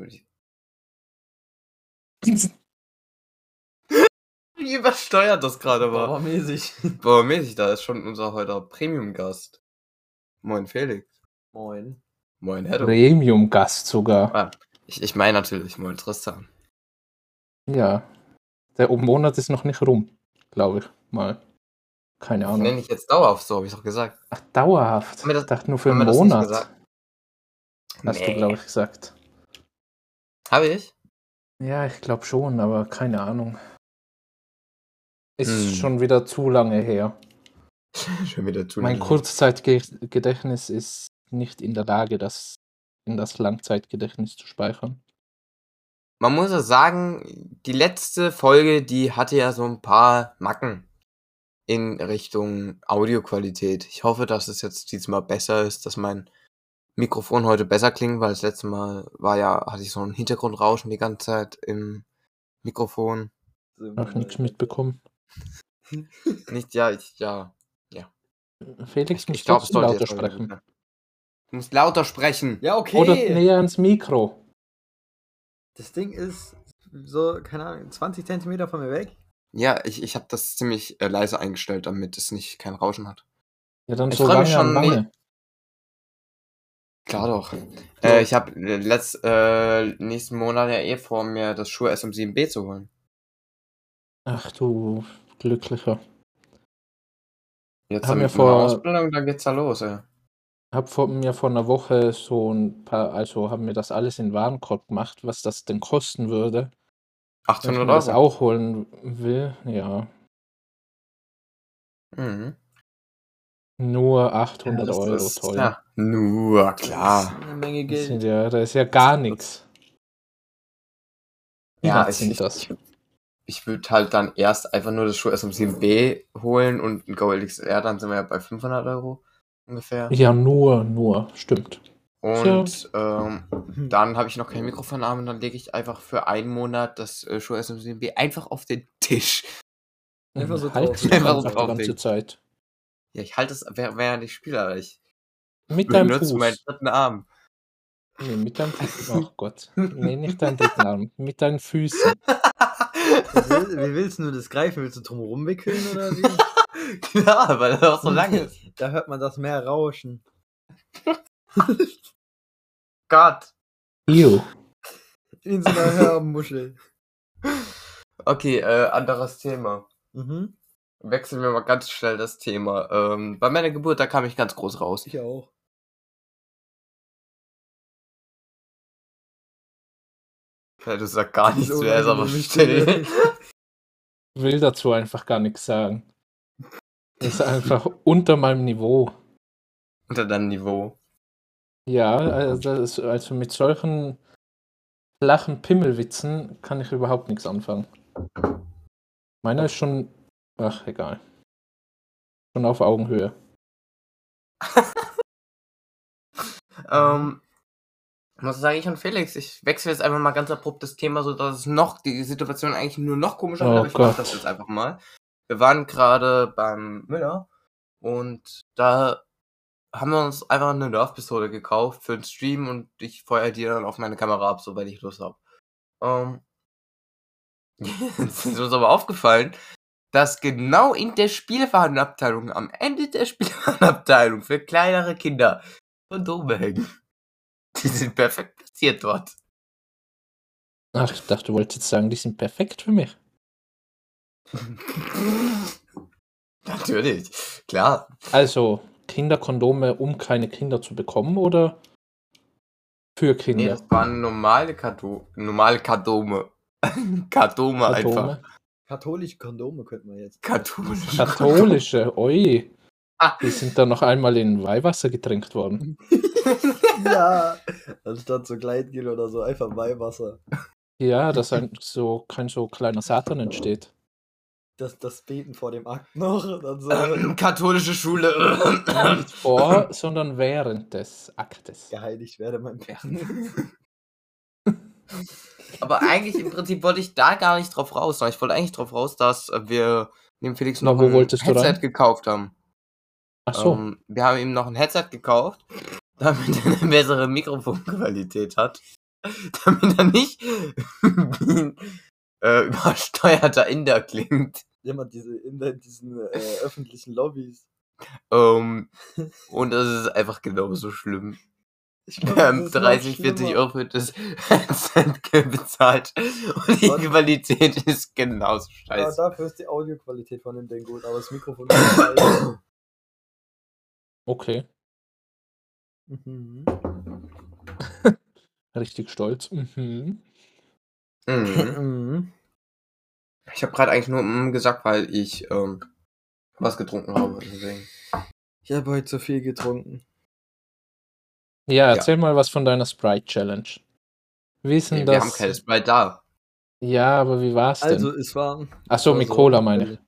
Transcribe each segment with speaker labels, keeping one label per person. Speaker 1: Wie übersteuert das gerade war.
Speaker 2: Aber mäßig.
Speaker 1: Boah, mäßig, da ist schon unser heutiger Premium-Gast. Moin Felix.
Speaker 2: Moin.
Speaker 1: Moin Heddo.
Speaker 3: Premium-Gast sogar.
Speaker 1: Ich, ich meine natürlich, moin Tristan.
Speaker 3: Ja. Der Monat ist noch nicht rum, glaube ich mal. Keine
Speaker 1: Das nenne
Speaker 3: Ahnung.
Speaker 1: ich jetzt dauerhaft, so habe ich doch gesagt.
Speaker 3: Ach, dauerhaft.
Speaker 1: Haben wir das-
Speaker 3: ich dachte nur für
Speaker 1: haben
Speaker 3: einen
Speaker 1: wir das nicht
Speaker 3: Monat.
Speaker 1: gesagt?
Speaker 3: Hast du, glaube ich, gesagt.
Speaker 1: Habe ich?
Speaker 3: Ja, ich glaube schon, aber keine Ahnung. Ist
Speaker 1: Hm.
Speaker 3: schon wieder zu lange her.
Speaker 1: Schon wieder zu.
Speaker 3: Mein Kurzzeitgedächtnis ist nicht in der Lage, das in das Langzeitgedächtnis zu speichern.
Speaker 1: Man muss ja sagen, die letzte Folge, die hatte ja so ein paar Macken in Richtung Audioqualität. Ich hoffe, dass es jetzt diesmal besser ist, dass mein Mikrofon heute besser klingt, weil das letzte Mal war ja, hatte ich so ein Hintergrundrauschen die ganze Zeit im Mikrofon.
Speaker 3: Noch nichts mitbekommen.
Speaker 1: Nicht, ja, ich, ja.
Speaker 3: Felix,
Speaker 1: Ich
Speaker 3: musst
Speaker 1: glaube,
Speaker 3: du
Speaker 1: es sollte
Speaker 3: lauter
Speaker 1: jetzt mal wieder
Speaker 3: sprechen.
Speaker 1: besser. Du musst lauter sprechen.
Speaker 2: Ja, okay.
Speaker 3: Oder näher ans Mikro.
Speaker 2: Das Ding ist so, keine Ahnung, 20 Zentimeter von mir weg.
Speaker 1: Ja, ich, ich habe das ziemlich äh, leise eingestellt, damit es nicht kein Rauschen hat.
Speaker 3: Ja, dann
Speaker 1: Ich
Speaker 3: so
Speaker 1: freu
Speaker 3: lange
Speaker 1: mich
Speaker 3: an
Speaker 1: schon,
Speaker 3: lange.
Speaker 2: Mhm.
Speaker 1: Klar doch. Äh, ich habe letzt äh, nächsten Monat ja eh vor mir das Schuhe SM7B zu holen.
Speaker 3: Ach du glücklicher.
Speaker 1: Jetzt
Speaker 3: Haben
Speaker 1: haben
Speaker 3: wir
Speaker 1: wir vor
Speaker 3: vor-
Speaker 1: Ausbildung, dann geht's da los. Ey.
Speaker 3: Hab vor mir vor einer Woche so ein paar, also haben mir das alles in Warenkorb gemacht, was das denn kosten würde, wenn ich
Speaker 1: 800
Speaker 3: mir das
Speaker 1: Euro.
Speaker 3: auch holen will. Ja,
Speaker 1: Mhm.
Speaker 3: nur 800
Speaker 1: das
Speaker 3: Euro
Speaker 1: ist
Speaker 3: toll.
Speaker 1: klar. Nur
Speaker 2: Das
Speaker 1: klar.
Speaker 2: ist eine Menge
Speaker 3: Das sind
Speaker 2: Geld.
Speaker 3: ja, da ist ja gar nichts. Wie
Speaker 1: Ja,
Speaker 3: nett
Speaker 1: ich-
Speaker 3: sind
Speaker 1: ich-
Speaker 3: das?
Speaker 1: Ich, ich würde halt dann erst einfach nur das Schuhe SM7B holen und ein Go XR, dann sind wir ja bei 500 Euro ungefähr.
Speaker 3: Ja, nur, nur, stimmt.
Speaker 1: Und ähm, dann habe ich noch kein Mikrofon am und dann lege ich einfach für einen Monat das äh, Shure SM7B einfach auf den Tisch.
Speaker 2: Einfach so
Speaker 3: halt
Speaker 2: drauf.
Speaker 3: die
Speaker 1: Einfach
Speaker 3: ganze-
Speaker 1: drauf
Speaker 3: ganze
Speaker 1: legen.
Speaker 3: Zeit.
Speaker 1: Ja, ich halte es, wäre wär ja nicht Spieler, aber ich
Speaker 3: Mit deinem
Speaker 1: benutze meinen
Speaker 3: Fuß.
Speaker 1: dritten Arm.
Speaker 3: Nee, mit deinem Fuß. Ach Gott. Nee, nicht deinen dritten Arm. Mit deinen Füßen.
Speaker 2: Was will- Wie willst du das greifen? Willst du drum rumwickeln oder wie?
Speaker 1: Klar, weil er auch so lang ist.
Speaker 2: Da hört man das Meer rauschen.
Speaker 1: Gott.
Speaker 3: Ew.
Speaker 2: In so einer Hörmuschel.
Speaker 1: Okay, äh, anderes Thema.
Speaker 2: Mhm,
Speaker 1: Wechseln wir mal ganz schnell das Thema. Ähm, bei meiner Geburt, da kam ich ganz groß raus.
Speaker 2: ich auch.
Speaker 1: Du sagst gar Ah, nichts
Speaker 2: Diese
Speaker 1: mehr, ist aber
Speaker 2: unangenehme
Speaker 1: still.
Speaker 2: Stille.
Speaker 3: will dazu einfach gar nichts sagen. Das ist einfach unter meinem Niveau.
Speaker 1: Unter deinem Niveau.
Speaker 3: Ja, also, das ist, also mit solchen flachen Pimmelwitzen kann ich überhaupt nichts anfangen. Meiner ist schon, ach egal, schon auf Augenhöhe. Mhm.
Speaker 1: Ähm, muss sagen, ich und Felix, ich wechsle jetzt einfach mal ganz abrupt das Thema, so dass es noch die Situation eigentlich nur noch komischer wird,
Speaker 3: Oh
Speaker 1: aber ich mach
Speaker 3: Gott.
Speaker 1: das jetzt einfach mal. Wir waren gerade beim Müller und da haben wir uns einfach eine Nerf-Pistole gekauft für den Stream und ich feuer die dann auf meine Kamera ab, sobald ich Lust habe. Ähm, jetzt ist uns aber aufgefallen, dass genau in der Spielwarenabteilung, am Ende der Spielwarenabteilung für kleinere Kinder Kondome hängen. Die sind perfekt platziert dort.
Speaker 3: Ach, ich dachte, du wolltest jetzt sagen, die sind perfekt für mich.
Speaker 1: Natürlich, klar.
Speaker 3: Also, Kinderkondome, um keine Kinder zu bekommen oder für
Speaker 1: Nee,
Speaker 3: Kinder?
Speaker 1: das waren normale Kado normale Kadome. Kadome einfach.
Speaker 3: Kondome?
Speaker 2: Katholische Kondome könnte man jetzt.
Speaker 1: Katholische.
Speaker 3: Katholische, oi.
Speaker 1: Ah.
Speaker 3: Die sind dann noch einmal in Weihwasser getränkt worden.
Speaker 2: Ja. Anstatt so Gleitgel oder so, einfach Weihwasser.
Speaker 3: Ja, dass ein so kein so kleiner Satan entsteht.
Speaker 2: Das, das Beten vor dem Akt noch. und Dann so
Speaker 1: Ähm, Katholische Schule.
Speaker 3: Nicht vor, sondern während des Aktes.
Speaker 2: geheiligt werde mein Pferd.
Speaker 1: Aber eigentlich im Prinzip wollte ich da gar nicht drauf raus. sondern Ich wollte eigentlich drauf raus, dass äh, wir dem Felix
Speaker 3: Na,
Speaker 1: noch
Speaker 3: wo
Speaker 1: ein
Speaker 3: wolltest du
Speaker 1: Headset
Speaker 3: rein?
Speaker 1: gekauft haben.
Speaker 3: Ach so,
Speaker 1: Ähm, wir haben ihm noch ein Headset gekauft, damit er eine bessere Mikrofonqualität hat. damit er nicht wie ein äh, übersteuerter Inder klingt.
Speaker 2: Immer diese in der- diesen äh, öffentlichen Lobbys.
Speaker 1: Ähm, und das ist einfach genauso schlimm.
Speaker 2: Ich
Speaker 1: Wir
Speaker 2: glaub, das
Speaker 1: haben
Speaker 2: ist noch
Speaker 1: 30, 40
Speaker 2: schlimmer.
Speaker 1: Euro für das Headset bezahlt und die
Speaker 2: Gott.
Speaker 1: Qualität ist genauso
Speaker 2: Aber
Speaker 1: scheiße.
Speaker 2: dafür ist die Audioqualität von dem Ding gut, aber das Mikrofon ist scheiße.
Speaker 3: Okay,
Speaker 2: Mhm.
Speaker 3: richtig stolz. Mhm.
Speaker 1: Mhm.
Speaker 2: Mhm.
Speaker 1: Ich habe gerade eigentlich nur mm gesagt, weil ich ähm, was getrunken habe. Deswegen.
Speaker 2: Ich habe heute zu viel getrunken.
Speaker 3: Ja, erzähl mal was von deiner Sprite Challenge. Wie ist denn
Speaker 1: Nee, wir haben
Speaker 3: das?
Speaker 1: keine Sprite da.
Speaker 3: ja, aber wie war's denn?
Speaker 2: Also, es war.
Speaker 3: Achso, mit
Speaker 2: also,
Speaker 3: Cola meine ich.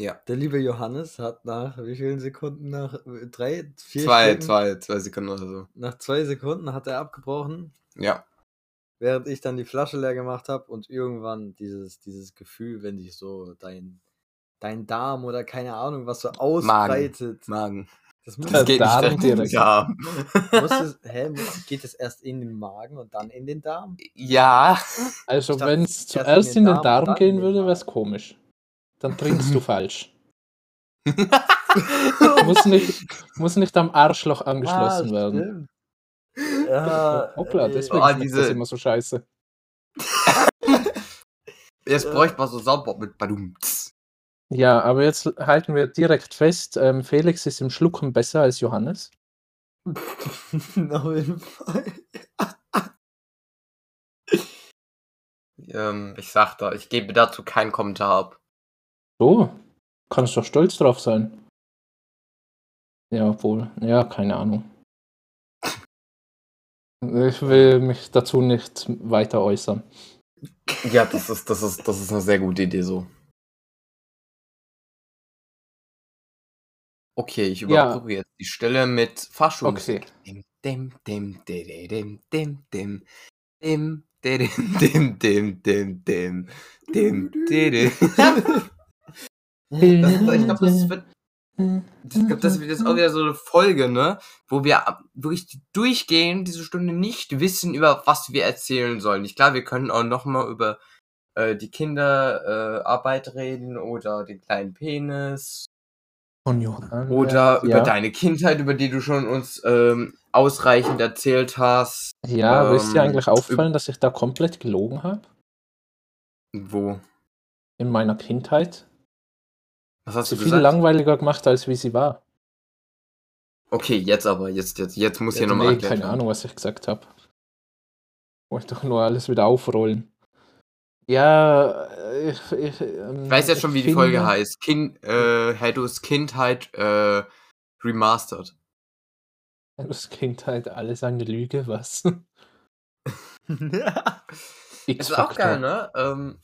Speaker 2: Der liebe Johannes hat nach wie vielen Sekunden? Nach äh, drei, vier
Speaker 1: Zwei,
Speaker 2: Stunden,
Speaker 1: zwei, zwei Sekunden oder so.
Speaker 2: Nach zwei Sekunden hat er abgebrochen,
Speaker 1: Ja.
Speaker 2: während ich dann die Flasche leer gemacht habe und irgendwann dieses, dieses Gefühl, wenn sich so dein, dein Darm oder keine Ahnung was so ausbreitet.
Speaker 1: Magen.
Speaker 2: Das
Speaker 1: Das geht
Speaker 3: Darm
Speaker 1: nicht direkt in den
Speaker 3: direkt.
Speaker 1: Darm.
Speaker 2: muss es, hä, muss, geht es erst in den Magen und dann in den Darm?
Speaker 1: Ja.
Speaker 3: Also,
Speaker 2: Ich dachte,
Speaker 3: wenn es
Speaker 2: erst in
Speaker 3: zuerst in
Speaker 2: den
Speaker 3: den
Speaker 2: Darm,
Speaker 3: Darm,
Speaker 2: dann in
Speaker 3: gehen
Speaker 2: den
Speaker 3: würde,
Speaker 2: Magen.
Speaker 3: wäre es komisch. Dann trinkst du falsch. muss, nicht, muss nicht am Arschloch angeschlossen werden.
Speaker 2: Ah, stimmt. Äh, Ja,
Speaker 3: Ah, Hoppla,
Speaker 2: ey.
Speaker 3: deswegen
Speaker 1: Ah,
Speaker 3: ist das
Speaker 1: diese-
Speaker 3: immer so scheiße.
Speaker 1: Jetzt
Speaker 2: Ja.
Speaker 1: bräuchte man so Soundboard mit Badumts.
Speaker 3: Ja, aber jetzt halten wir direkt fest, ähm, Felix ist im Schlucken besser als Johannes.
Speaker 2: Auf jeden Fall.
Speaker 1: Ähm, ich sag da, ich gebe dazu keinen Kommentar ab.
Speaker 3: So, kannst doch stolz drauf sein. Ja, obwohl, ja, keine Ahnung. Ich will mich dazu nicht weiter äußern.
Speaker 1: Ja, das ist, das ist, das ist eine sehr gute Idee so. Okay, ich
Speaker 3: Ja.
Speaker 1: überbrücke jetzt die Stelle mit Fahrschulmusik.
Speaker 3: Okay.
Speaker 1: Dim, dim, dim, di, dim, dim, dim, dim, di, dim, dim, dim, dim, dim, dim, di, dim. Das, ich glaube, das wird,
Speaker 3: Mhm.
Speaker 1: ich glaub, das wird jetzt auch wieder so eine Folge, ne? Wo wir ab- wirklich durchgehend diese Stunde nicht wissen, über was wir erzählen sollen. Ich klar, wir können auch nochmal über äh, die Kinderarbeit äh, Arbeit reden oder den kleinen Penis
Speaker 3: Von Johannes.
Speaker 1: Oder über
Speaker 3: ja.
Speaker 1: deine Kindheit, über die du schon uns ähm, ausreichend erzählt hast.
Speaker 3: Ja, aber ist dir
Speaker 1: ähm,
Speaker 3: eigentlich auffallen, dass ich da komplett gelogen habe?
Speaker 1: Wo?
Speaker 3: In meiner Kindheit?
Speaker 1: Was hast
Speaker 3: So
Speaker 1: du
Speaker 3: viel
Speaker 1: gesagt?
Speaker 3: langweiliger gemacht, als wie sie war.
Speaker 1: okay, jetzt aber, jetzt, jetzt, jetzt muss hier
Speaker 3: Ja,
Speaker 1: nochmal
Speaker 3: nee, keine
Speaker 1: werden.
Speaker 3: Ahnung, was ich gesagt habe. Wollte doch nur alles wieder aufrollen. Ja, ich, ich, ähm,
Speaker 1: Ich weiß jetzt schon, wie die Folge
Speaker 3: finde-
Speaker 1: heißt. Kind, äh, Heddos Kindheit äh, remastered.
Speaker 3: Das klingt halt alles eine Lüge, was?
Speaker 1: Ist auch geil, ne? Ähm,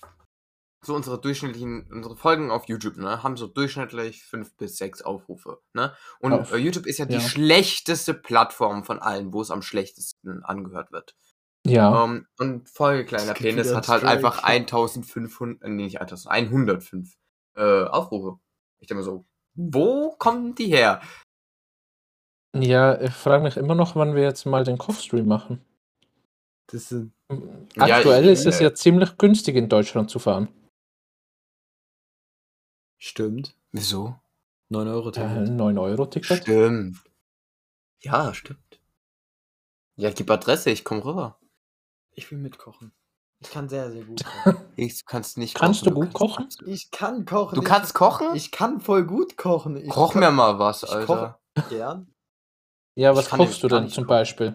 Speaker 1: so unsere durchschnittlichen, unsere Folgen auf YouTube, ne, haben so durchschnittlich fünf bis sechs Aufrufe, ne? Und
Speaker 3: Auf-
Speaker 1: äh, YouTube ist ja,
Speaker 3: ja.
Speaker 1: die schlechteste Plattform von allen, wo es am schlechtesten angehört wird.
Speaker 3: Ja,
Speaker 1: Ähm, und Folge kleiner
Speaker 2: Das geht wieder
Speaker 1: Penis hat
Speaker 2: ins
Speaker 1: halt
Speaker 2: Gleiche.
Speaker 1: einfach 1500, äh, nee, nicht 1000, 105 äh, Aufrufe. Ich denke mir so, wo kommen die her?
Speaker 3: Oh. ja, ich frage mich immer noch, wann wir jetzt mal den Kochstream machen.
Speaker 2: Das sind
Speaker 1: Ja,
Speaker 3: Aktuell
Speaker 1: ich-
Speaker 3: ist es ja ziemlich günstig, in Deutschland zu fahren.
Speaker 2: stimmt.
Speaker 1: Wieso?
Speaker 2: 9 Euro
Speaker 3: Äh,
Speaker 2: Ticket.
Speaker 1: ne?
Speaker 3: 9-Euro-Ticket.
Speaker 1: Stimmt. Ja, stimmt. Ja, gib Adresse, ich komm rüber.
Speaker 2: Ich will mitkochen. Ich kann sehr, sehr gut kochen.
Speaker 1: Ich kannst nicht
Speaker 3: Kannst du
Speaker 1: kochen,
Speaker 3: gut kochen?
Speaker 1: absolut-
Speaker 2: Ich kann kochen.
Speaker 1: Du kannst kochen?
Speaker 2: Ich kann voll gut kochen. Ich
Speaker 1: Koch mir mal was,
Speaker 2: ich
Speaker 1: Alter.
Speaker 2: koche gern.
Speaker 3: Ja,
Speaker 1: Ich
Speaker 3: was
Speaker 1: kann
Speaker 3: kochst
Speaker 1: nämlich
Speaker 3: du
Speaker 1: gar
Speaker 3: denn
Speaker 1: nicht
Speaker 3: zum
Speaker 1: kochen.
Speaker 3: Beispiel?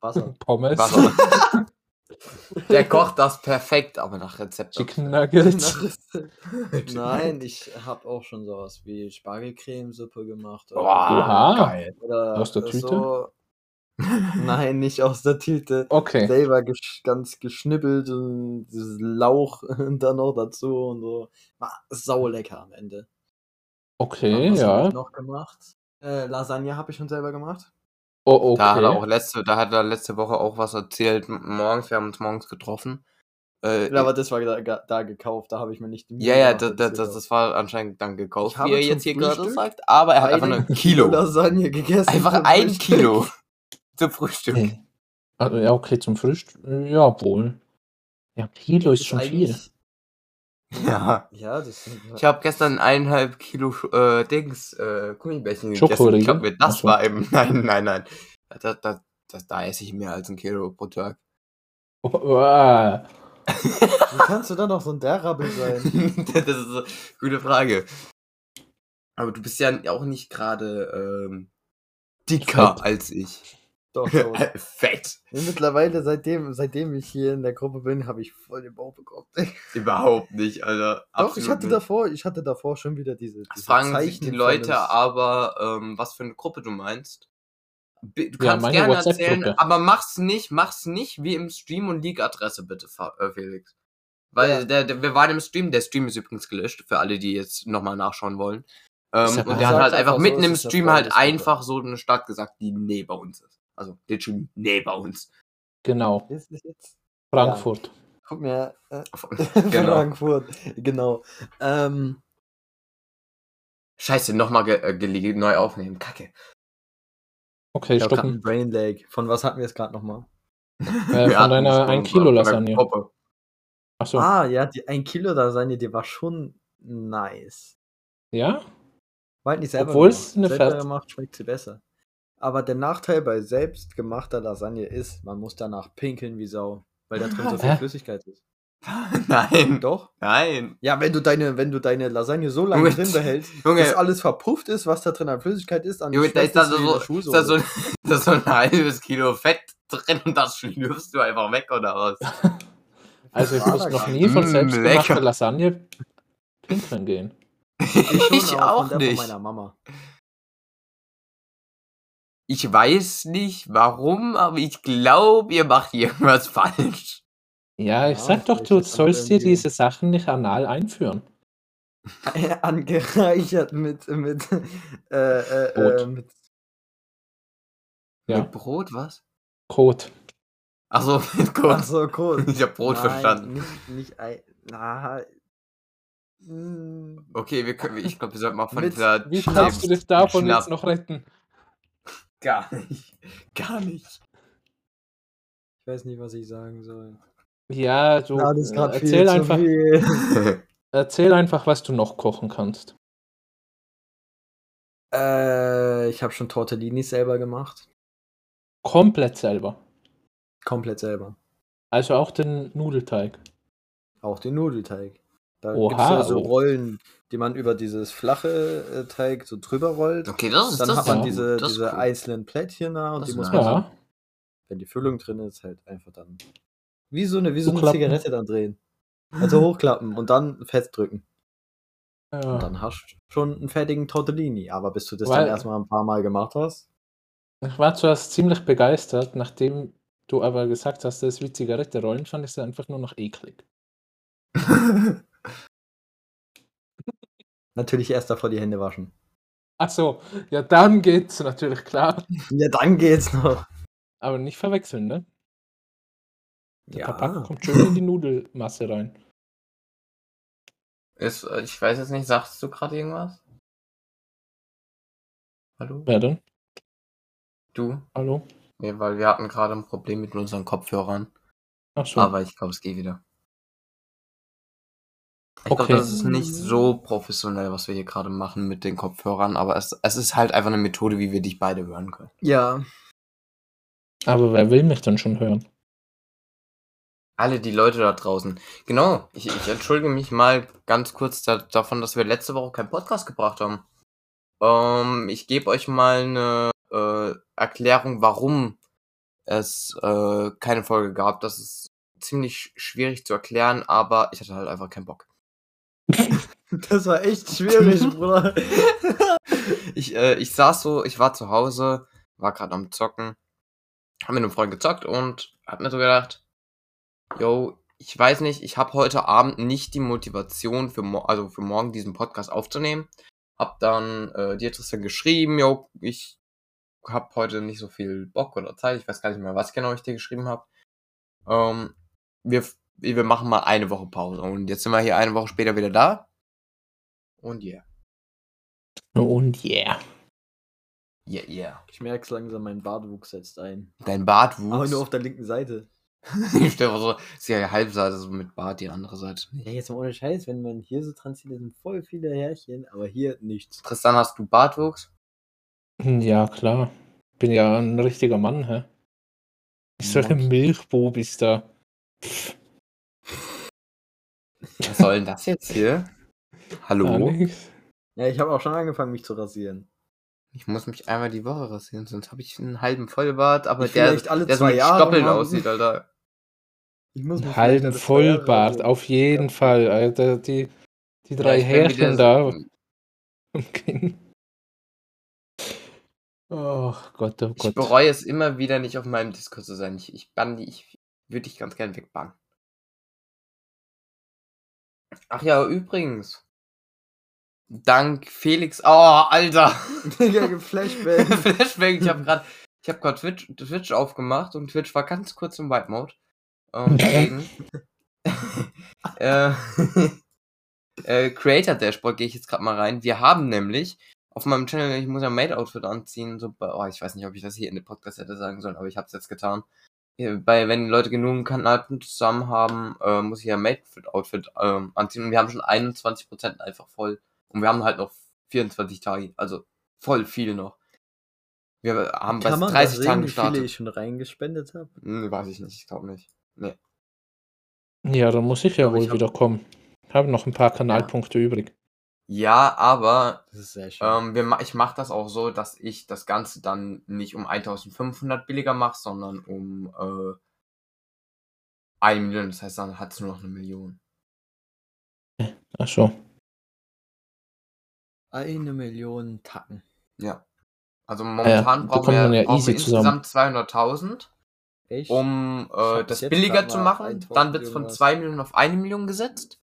Speaker 2: Wasser.
Speaker 3: Pommes,
Speaker 1: Warte. Der kocht das perfekt, aber nach Rezept.
Speaker 3: Chicken
Speaker 2: Nach
Speaker 3: Nuggets.
Speaker 2: Rezept. Nein, ich habe auch schon sowas wie Spargelcremesuppe gemacht. Oder,
Speaker 1: Boah,
Speaker 3: Oha.
Speaker 1: geil.
Speaker 2: oder
Speaker 3: Aus der Tüte?
Speaker 2: So. Nein, nicht aus der Tüte.
Speaker 3: Okay.
Speaker 2: Selber gesch ganz geschnippelt und dieses Lauch dann noch dazu und so. War saulecker am Ende.
Speaker 3: Okay,
Speaker 2: was hab
Speaker 3: ja.
Speaker 2: ich noch gemacht? Äh, Lasagne habe ich schon selber gemacht.
Speaker 3: Oh, okay.
Speaker 1: Da hat er auch letzte, da hat er letzte Woche auch was erzählt. m- Morgens, wir haben uns morgens getroffen. Äh,
Speaker 2: Ja, aber das war da, da gekauft, da habe ich mir nicht die Mühe
Speaker 1: ja, ja,
Speaker 2: gemacht,
Speaker 1: da, da, das,
Speaker 2: zu-
Speaker 1: das war anscheinend dann gekauft,
Speaker 2: Ich habe
Speaker 1: wie er
Speaker 2: zum
Speaker 1: jetzt hier gerade
Speaker 2: Frühstück
Speaker 1: sagt. Aber er hat einfach
Speaker 2: einen
Speaker 1: nur ein Kilo.
Speaker 2: Lasagne gegessen.
Speaker 1: Einfach
Speaker 2: zum
Speaker 1: ein
Speaker 2: Frühstück.
Speaker 1: Kilo zum Frühstück.
Speaker 3: Hey, Ah, ja, okay, zum Frühstück. Ja, wohl. Ja, Kilo ist, schon viel.
Speaker 2: eigentlich-
Speaker 1: Ja.
Speaker 2: Ja, das sind.
Speaker 1: Ich habe gestern eineinhalb Kilo äh, Dings, äh, Gummibärchen gegessen.
Speaker 3: Schokoriegel?
Speaker 1: Ich glaube, mir das
Speaker 3: ne? Ach so.
Speaker 1: war eben. Nein, nein, nein. Da, da, da, da esse ich mehr als ein Kilo pro Tag.
Speaker 3: Oh, Wow.
Speaker 2: Wie kannst du da noch so ein Derrabbel sein?
Speaker 1: das ist eine gute Frage. Aber du bist ja auch nicht gerade ähm, dicker
Speaker 3: Fett.
Speaker 1: als ich. Äh,
Speaker 2: Doch, so.
Speaker 1: Fett.
Speaker 2: Mittlerweile, seitdem, seitdem ich hier in der Gruppe bin, habe ich voll den Bauch bekommen.
Speaker 1: Überhaupt nicht, Alter.
Speaker 2: Doch, ich
Speaker 1: Absolut
Speaker 2: hatte
Speaker 1: nicht.
Speaker 2: davor, ich hatte davor schon wieder diese.
Speaker 1: Es
Speaker 2: diese
Speaker 1: fragen sich die
Speaker 2: Zeichen
Speaker 1: Leute
Speaker 2: volles-
Speaker 1: aber, ähm, was für eine Gruppe du meinst. B- Du
Speaker 3: Ja,
Speaker 1: kannst
Speaker 3: meine
Speaker 1: gerne
Speaker 3: WhatsApp-Gruppe.
Speaker 1: erzählen, aber mach's nicht, mach's nicht wie im Stream und Leak-Adresse bitte, Fa- äh, Felix. Weil
Speaker 2: Ja.
Speaker 1: der, der, wir waren im Stream, der Stream ist übrigens gelöscht, für alle, die jetzt nochmal nachschauen wollen. Ähm,
Speaker 3: ja
Speaker 1: und
Speaker 3: klar.
Speaker 1: der hat halt
Speaker 2: Sag's
Speaker 1: einfach
Speaker 2: einfach so,
Speaker 1: mitten
Speaker 2: es
Speaker 1: im
Speaker 2: ist eine
Speaker 1: Stream halt
Speaker 2: Freundesgruppe.
Speaker 1: einfach so eine Stadt gesagt, die neben uns ist. Also, der Stream neben uns.
Speaker 3: Genau.
Speaker 2: Jetzt, jetzt, jetzt.
Speaker 3: Frankfurt.
Speaker 2: Guck mir. Äh, genau.
Speaker 1: genau.
Speaker 2: Frankfurt. Genau. Ähm,
Speaker 1: Scheiße, nochmal ge äh, gele- neu aufnehmen. Kacke.
Speaker 3: Äh, Okay,
Speaker 2: ich hab grad
Speaker 3: stoppen.
Speaker 2: einen Brain Lag. Von was hatten wir es gerade nochmal?
Speaker 3: Äh,
Speaker 1: Wir
Speaker 3: von
Speaker 1: hatten
Speaker 3: deiner
Speaker 1: schon
Speaker 3: 1 Kilo
Speaker 1: von der
Speaker 3: Lasagne.
Speaker 1: Gruppe.
Speaker 3: Achso.
Speaker 2: Ah, ja, die 1 Kilo Lasagne, die war schon nice.
Speaker 3: Ja?
Speaker 2: War halt nicht selber
Speaker 3: Obwohl
Speaker 2: gemacht.
Speaker 3: es eine
Speaker 2: selber
Speaker 3: Fert-
Speaker 2: gemacht schmeckt sie besser. Aber der Nachteil bei selbstgemachter Lasagne ist, man muss danach pinkeln wie Sau, weil da drin so viel
Speaker 3: Hä?
Speaker 2: Flüssigkeit ist.
Speaker 1: Nein,
Speaker 2: Doch?
Speaker 1: nein.
Speaker 2: Ja, wenn du deine, wenn du deine Lasagne so lange
Speaker 1: Junge,
Speaker 2: drin behältst,
Speaker 1: Junge.
Speaker 2: bis alles verpufft ist, was da drin an Flüssigkeit ist, dann
Speaker 1: Junge, da
Speaker 2: schmeckt
Speaker 1: ist da
Speaker 2: es wie
Speaker 1: so,
Speaker 2: eine
Speaker 1: ist
Speaker 2: Schuhsohle.
Speaker 1: da so, da ist so ein halbes Kilo Fett drin und das schlürfst du einfach weg oder was?
Speaker 3: Also ich
Speaker 2: War
Speaker 3: muss
Speaker 2: da
Speaker 3: noch
Speaker 2: gar
Speaker 3: nie von
Speaker 1: Mm,
Speaker 3: selbstgemachter
Speaker 1: lecker.
Speaker 3: Lasagne pinkeln gehen.
Speaker 2: schon,
Speaker 1: Ich
Speaker 2: aber von
Speaker 1: auch
Speaker 2: der
Speaker 1: nicht.
Speaker 2: Von meiner Mama.
Speaker 1: Ich weiß nicht warum, aber ich glaube, ihr macht irgendwas falsch.
Speaker 3: Ja, ich
Speaker 2: Ja,
Speaker 3: sag doch,
Speaker 2: vielleicht
Speaker 3: du
Speaker 2: ist das
Speaker 3: sollst dir
Speaker 2: irgendwie-
Speaker 3: diese Sachen nicht anal einführen.
Speaker 2: Angereichert mit, mit, äh, äh, äh,
Speaker 3: Brot.
Speaker 2: mit
Speaker 3: Ja.
Speaker 1: Mit Brot, was?
Speaker 3: Kot.
Speaker 1: Achso, mit
Speaker 2: Ach
Speaker 1: Brot.
Speaker 2: so, Kohl.
Speaker 1: Ich hab Brot
Speaker 2: Nein,
Speaker 1: verstanden.
Speaker 2: Nicht, nicht Ei. Na. mm,
Speaker 1: Okay, wir können, ich glaube, wir sollten mal von
Speaker 2: Mit-
Speaker 1: dieser
Speaker 3: Wie
Speaker 1: Schnaps-
Speaker 3: kannst du dich davon
Speaker 1: Schnaps-
Speaker 3: jetzt noch retten?
Speaker 1: Gar nicht. Gar nicht.
Speaker 2: Ich weiß nicht, was ich sagen soll.
Speaker 3: Ja, du äh, erzähl einfach, erzähl einfach, was du noch kochen kannst.
Speaker 2: Äh, ich habe schon Tortellini selber gemacht.
Speaker 3: Komplett selber.
Speaker 2: Komplett selber.
Speaker 3: Also auch den Nudelteig.
Speaker 2: Auch den Nudelteig. Da
Speaker 3: Oha,
Speaker 2: gibt's ja so
Speaker 3: oh.
Speaker 2: Rollen, die man über dieses flache äh, Teig so drüber rollt.
Speaker 1: Okay, das ist
Speaker 2: Dann
Speaker 1: das
Speaker 2: hat
Speaker 1: ist
Speaker 2: man
Speaker 1: gut,
Speaker 2: diese,
Speaker 1: das ist
Speaker 2: diese
Speaker 1: cool.
Speaker 2: einzelnen Plättchen da und
Speaker 1: Das
Speaker 2: die
Speaker 1: ist
Speaker 2: muss man,
Speaker 1: nice.
Speaker 2: dann,
Speaker 3: Ja.
Speaker 2: wenn die Füllung drin ist, halt einfach dann. Wie so eine, wie so eine
Speaker 3: Hochklappen.
Speaker 2: Zigarette dann drehen. Also hochklappen und dann festdrücken. Und
Speaker 3: ja.
Speaker 2: dann hast du schon einen fertigen Tortellini. Aber bis du das
Speaker 3: Weil-
Speaker 2: dann erstmal ein paar Mal gemacht hast,
Speaker 3: Ich war zuerst ziemlich begeistert, nachdem du aber gesagt hast, das ist wie Zigarette rollen, fand ich es einfach nur noch eklig.
Speaker 2: natürlich erst davor die Hände waschen.
Speaker 3: Achso, ja, dann geht's natürlich klar.
Speaker 2: Ja, dann geht's noch.
Speaker 3: Aber nicht verwechseln, ne? Der
Speaker 2: Ja.
Speaker 3: Tabak kommt schön in die Nudelmasse rein.
Speaker 1: Ist, äh, ich weiß jetzt nicht, sagst du gerade irgendwas? Hallo?
Speaker 3: Wer denn?
Speaker 1: Du?
Speaker 3: Hallo?
Speaker 1: Nee, weil wir hatten gerade ein Problem mit unseren Kopfhörern.
Speaker 3: Achso.
Speaker 1: Aber ich glaube, es geht wieder. Ich glaube,
Speaker 3: Okay.
Speaker 1: das ist nicht so professionell, was wir hier gerade machen mit den Kopfhörern, aber es, es ist halt einfach eine Methode, wie wir dich beide hören können.
Speaker 2: Ja.
Speaker 3: Aber wer will mich denn schon hören?
Speaker 1: Alle die Leute da draußen. Genau, ich, ich entschuldige mich mal ganz kurz da, davon, dass wir letzte Woche keinen Podcast gebracht haben. Ähm, ich gebe euch mal eine äh, Erklärung, warum es äh, keine Folge gab. Das ist ziemlich sch- schwierig zu erklären, aber ich hatte halt einfach keinen Bock.
Speaker 2: Das war echt schwierig, Bruder.
Speaker 1: ich, äh, ich saß so, ich war zu Hause, war gerade am Zocken, hab mit einem Freund gezockt und hab mir so gedacht, yo, ich weiß nicht, ich habe heute Abend nicht die Motivation für, mo also für morgen diesen Podcast aufzunehmen. Hab dann äh, dir Tristan geschrieben, yo, ich hab heute nicht so viel Bock oder Zeit, ich weiß gar nicht mehr, was genau ich dir geschrieben habe. Ähm, wir, f- wir machen mal eine Woche Pause und jetzt sind wir hier eine Woche später wieder da. Und yeah.
Speaker 3: Und yeah.
Speaker 1: Yeah, yeah.
Speaker 2: Ich merke es langsam, mein Bartwuchs setzt ein.
Speaker 1: Dein Bartwuchs.
Speaker 2: Aber nur auf der linken Seite.
Speaker 1: ich stelle mir so, ist ja die halbe Seite so mit Bart, die andere Seite nicht.
Speaker 2: Ja, jetzt mal ohne Scheiß, wenn man hier so dran zieht, dann sind voll viele Härchen, aber hier nichts.
Speaker 1: Tristan, hast du Bartwuchs?
Speaker 3: Hm, Ja, klar. Bin ja ein richtiger Mann, hä? Ich solche
Speaker 1: Mann.
Speaker 3: Milchbobis da.
Speaker 1: Was soll denn das jetzt hier? Hallo?
Speaker 3: Alex?
Speaker 2: Ja, ich habe auch schon angefangen, mich zu rasieren.
Speaker 1: Ich muss mich einmal die Woche rasieren, sonst habe ich einen halben Vollbart, aber
Speaker 2: Ich
Speaker 1: der,
Speaker 2: vielleicht alle
Speaker 1: der so
Speaker 2: zwei
Speaker 1: mit
Speaker 2: Jahre
Speaker 1: Stoppeln
Speaker 2: haben.
Speaker 1: aussieht, Alter.
Speaker 2: Ich muss
Speaker 3: Halben
Speaker 2: mich vielleicht alle zwei Jahre
Speaker 3: Halt Vollbart,
Speaker 2: rasieren.
Speaker 3: auf jeden Fall. Alter, die, die
Speaker 1: Ja,
Speaker 3: drei
Speaker 1: ich bin wieder
Speaker 3: Härchen
Speaker 1: so-
Speaker 3: da
Speaker 2: Oh
Speaker 3: am Kinn. Oh Gott, oh
Speaker 1: Ich
Speaker 3: Gott.
Speaker 1: bereue es immer wieder, nicht auf meinem Discord zu sein. Ich, ich bann die, ich würde dich ganz gern wegbannen. Ach ja, übrigens. Dank Felix. Oh, Alter!
Speaker 2: Digga, geflashbang.
Speaker 1: Flashback, ich habe gerade ich habe gerade Twitch, Twitch aufgemacht und Twitch war ganz kurz im White Mode. Ähm, deswegen, äh, äh, Creator Dashboard gehe ich jetzt gerade mal rein. Wir haben nämlich auf meinem Channel, ich muss ja ein Made Outfit anziehen. So, bei- oh, ich weiß nicht, ob ich das hier in den Podcast hätte sagen sollen, aber ich habe es jetzt getan. Äh, Bei, wenn die Leute genug Kanäle zusammen haben, äh, muss ich ja ein Made Outfit ähm, anziehen. Und wir haben schon 21% einfach voll. Und wir haben halt noch 24 Tage. Also voll viel noch. Wir haben bei
Speaker 2: Kann man
Speaker 1: 30 Tagen
Speaker 2: da sehen, wie viele
Speaker 1: gestartet.
Speaker 2: ich schon reingespendet habe?
Speaker 1: Hm, weiß ich nicht, ich glaube nicht.
Speaker 3: Ja, dann muss ich ja
Speaker 2: Aber ich
Speaker 3: wohl
Speaker 2: hab-
Speaker 3: wieder kommen. Ich habe noch ein paar Kanalpunkte übrig.
Speaker 1: Ja, aber
Speaker 2: Das ist sehr schön.
Speaker 1: ähm, wir, ma- ich mache das auch so, dass ich das Ganze dann nicht um 1500 billiger mache, sondern um äh, 1 Million. Das heißt, dann hat es nur noch eine Million.
Speaker 3: Ach so.
Speaker 2: Eine Million Tacken.
Speaker 1: Ja. Also momentan
Speaker 3: da
Speaker 1: brauchen
Speaker 3: kommt
Speaker 1: wir,
Speaker 3: man ja
Speaker 1: brauchen
Speaker 3: easy
Speaker 1: wir insgesamt 200.000,
Speaker 2: Echt?
Speaker 1: um äh,
Speaker 2: hab
Speaker 1: das
Speaker 2: jetzt
Speaker 1: billiger
Speaker 2: grad
Speaker 1: zu
Speaker 2: mal
Speaker 1: machen.
Speaker 2: 1000
Speaker 1: Dann wird es von
Speaker 2: irgendwas.
Speaker 1: 2 Millionen auf 1 Million gesetzt.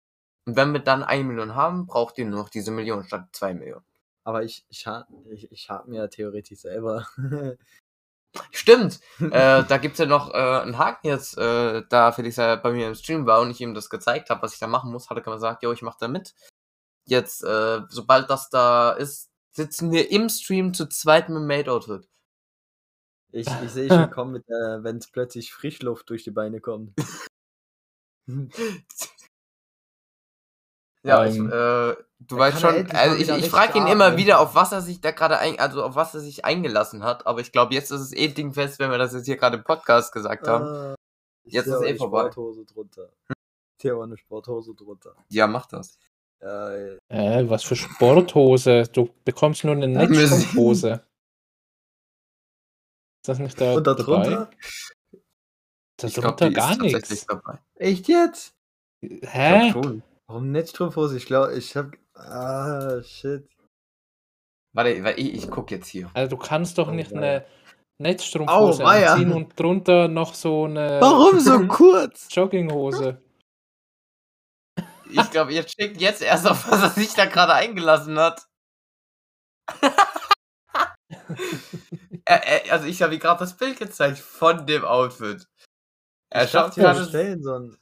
Speaker 1: Und wenn wir dann 1 Million haben, braucht ihr nur noch diese Million statt 2 Millionen.
Speaker 2: Aber ich, ich, ha- ich, ich hab mir ja theoretisch selber.
Speaker 1: Stimmt, äh, da gibt's ja noch äh, einen Haken jetzt, äh, da Felix ja bei mir im Stream war und ich ihm das gezeigt habe, was ich da machen muss, hat er gesagt, jo, ich mach da mit. Jetzt, äh, sobald das da ist, sitzen wir im Stream zu zweit mit dem Made-Outfit.
Speaker 2: Ich, ich sehe schon kommen, mit, äh, wenn es plötzlich Frischluft durch die Beine kommt.
Speaker 1: Ja,
Speaker 3: Ähm,
Speaker 1: ich, äh, du
Speaker 2: da
Speaker 1: weißt
Speaker 2: kann er
Speaker 1: schon,
Speaker 2: endlich mal
Speaker 1: also ich,
Speaker 2: wieder
Speaker 1: ich
Speaker 2: richtig
Speaker 1: frage ihn immer
Speaker 2: atmen.
Speaker 1: wieder, auf was er sich da gerade ein, also auf was er sich eingelassen hat, aber ich glaube, jetzt ist es eh dingfest, wenn wir das jetzt hier gerade im Podcast gesagt haben.
Speaker 2: Ah, ich
Speaker 1: Jetzt
Speaker 2: zieh
Speaker 1: ist
Speaker 2: aber
Speaker 1: eh
Speaker 2: eine
Speaker 1: vorbei.
Speaker 2: Sporthose drunter. Ich habe eine Sporthose drunter.
Speaker 1: Ja, mach das.
Speaker 2: Äh,
Speaker 3: Äh, was für Sporthose? Du bekommst nur eine
Speaker 1: Dann müssen-
Speaker 3: Netzhose. Ist das nicht da
Speaker 2: und da
Speaker 3: dabei?
Speaker 2: drunter?
Speaker 3: Da
Speaker 1: ich glaube,
Speaker 3: drunter
Speaker 1: die
Speaker 3: gar
Speaker 1: ist tatsächlich
Speaker 3: nichts.
Speaker 1: dabei.
Speaker 2: Echt jetzt?
Speaker 1: Ich
Speaker 3: Hä?
Speaker 1: glaub schon.
Speaker 2: Warum Netzstrumpfhose? Ich glaube, ich habe. Ah, shit.
Speaker 1: Warte, weil ich, ich guck jetzt hier.
Speaker 3: Also du kannst doch
Speaker 2: Oh,
Speaker 3: nicht
Speaker 2: weia.
Speaker 3: eine Netzstrumpfhose
Speaker 2: Au, weia.
Speaker 3: anziehen und drunter noch so eine
Speaker 2: so kurz?
Speaker 3: Jogginghose.
Speaker 1: Ich glaube, ihr checkt jetzt erst auf, was er sich da gerade eingelassen hat. er, er, also ich habe ihm gerade das Bild gezeigt von dem Outfit. Er
Speaker 2: ich
Speaker 1: schafft
Speaker 2: dachte, wir
Speaker 1: gerade so
Speaker 2: bestellen so ein.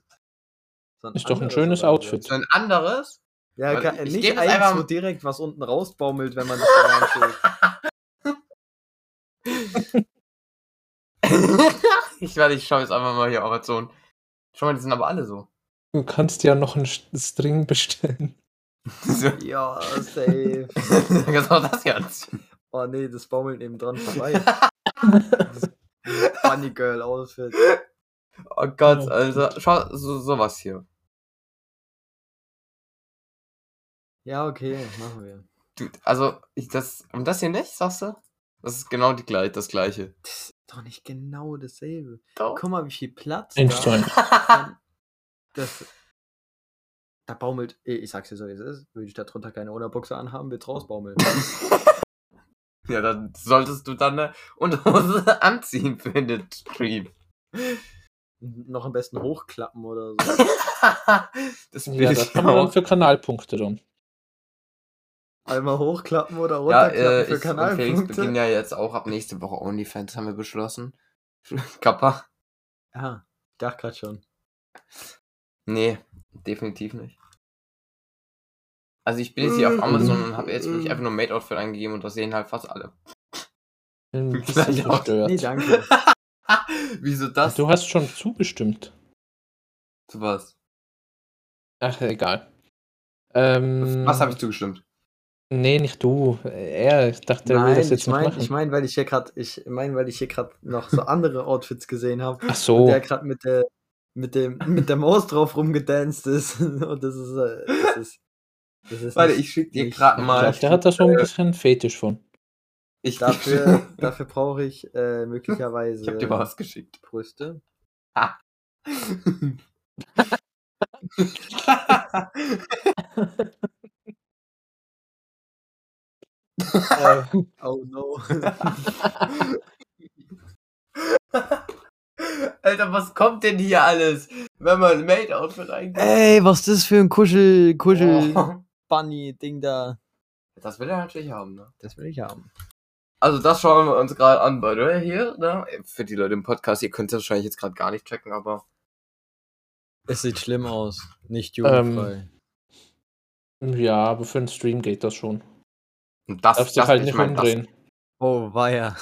Speaker 2: So ein
Speaker 3: Ist doch ein
Speaker 2: anderes
Speaker 3: schönes
Speaker 2: oder so.
Speaker 3: Outfit.
Speaker 1: ein anderes.
Speaker 2: Ja,
Speaker 1: Warte,
Speaker 2: kann,
Speaker 1: ich
Speaker 2: nicht
Speaker 1: geb das
Speaker 2: eins,
Speaker 1: einfach-
Speaker 2: wo direkt was unten rausbaumelt, wenn man das da reinschlägt.
Speaker 1: ich warte, ich schaue jetzt einfach mal hier Amazon. Schau mal, die sind aber alle so.
Speaker 3: Du kannst ja noch einen St- String bestellen.
Speaker 1: so.
Speaker 2: Ja, safe.
Speaker 1: Kannst auch genau das hier anziehen.
Speaker 2: Oh nee, das baumelt nebendran vorbei. Funny Girl Outfit.
Speaker 1: Oh Gott, also schau, so, sowas hier.
Speaker 2: Ja, okay, machen wir.
Speaker 1: Du, also, ich, das, und das hier nicht, sagst du? Das ist genau die, gleich- das gleiche.
Speaker 2: Das ist doch nicht genau dasselbe.
Speaker 1: Doch.
Speaker 2: Guck mal, wie viel Platz.
Speaker 3: Eins
Speaker 2: da-
Speaker 3: zu eins.
Speaker 2: Dann- Das, da baumelt, eh, ich sag's dir so, wie es ist, würde ich da drunter keine Unterbuchse anhaben,
Speaker 1: Hm.
Speaker 2: wird's rausbaumeln.
Speaker 1: Ja, dann solltest du dann eine Unterhose anziehen für den Stream.
Speaker 2: Noch am besten hochklappen oder so.
Speaker 1: das
Speaker 3: Ja, das haben wir dann für Kanalpunkte dann.
Speaker 2: Einmal hochklappen oder
Speaker 1: ja,
Speaker 2: runterklappen
Speaker 1: äh, ich und
Speaker 2: für
Speaker 1: Felix beginnen
Speaker 2: Kanalpunkte.
Speaker 1: ja jetzt auch ab nächste Woche OnlyFans, haben wir beschlossen. Kappa?
Speaker 2: Ah, ich dachte grad schon.
Speaker 1: Nee, definitiv nicht.
Speaker 3: Mm,
Speaker 1: Also ich bin jetzt hier auf Amazon und habe jetzt wirklich einfach nur Made Outfit eingegeben und das sehen halt fast alle.
Speaker 3: Ein
Speaker 1: Gleich
Speaker 3: bisschen
Speaker 1: auch.
Speaker 3: zerstört.
Speaker 2: Nee, danke.
Speaker 1: Wieso das?
Speaker 3: Du hast schon zugestimmt.
Speaker 1: Zu was?
Speaker 3: Ach, egal. Ähm,
Speaker 1: Was habe ich zugestimmt?
Speaker 3: Nee, nicht du. Er, ich dachte, er will
Speaker 2: Nein,
Speaker 3: das jetzt
Speaker 2: ich meine,
Speaker 3: nicht machen.
Speaker 2: ich mein, weil ich hier gerade, ich mein, weil ich hier gerade noch so andere Outfits gesehen habe,
Speaker 3: Ach
Speaker 1: Oh.
Speaker 3: so.
Speaker 2: der gerade mit der mit dem mit der Maus drauf rumgedanced ist und das ist, äh, das ist, das ist
Speaker 1: Warte,
Speaker 2: nicht-
Speaker 1: ich schick dir
Speaker 2: nicht-
Speaker 1: gerade
Speaker 3: Ich
Speaker 1: mal.
Speaker 3: glaub, der hat da so ein bisschen Fetisch von.
Speaker 1: Ich,
Speaker 2: Dafür, dafür brauche ich äh, möglicherweise
Speaker 1: ich habe dir mal was geschickt.
Speaker 2: Brüste. Oh no.
Speaker 1: Alter, was kommt denn hier alles? Wenn man ein Maid-Outfit reingeht.
Speaker 2: Ey, was ist das für ein Kuschel, Kuschel
Speaker 1: Oh.
Speaker 2: Bunny Ding da?
Speaker 1: Das will er natürlich haben, ne?
Speaker 2: Das will ich haben.
Speaker 1: Also das schauen wir uns gerade an bei der hier, ne? Für die Leute im Podcast, ihr könnt das wahrscheinlich jetzt gerade gar nicht checken, aber
Speaker 2: Es sieht schlimm aus, nicht
Speaker 1: Ähm,
Speaker 3: jugendfrei.
Speaker 2: jugendfrei.
Speaker 3: ja, aber für einen Stream geht das schon.
Speaker 1: das,
Speaker 3: Darfst dich
Speaker 1: das,
Speaker 3: halt
Speaker 1: ich
Speaker 3: nicht
Speaker 1: mein, das,
Speaker 3: umdrehen.
Speaker 2: Oh weia.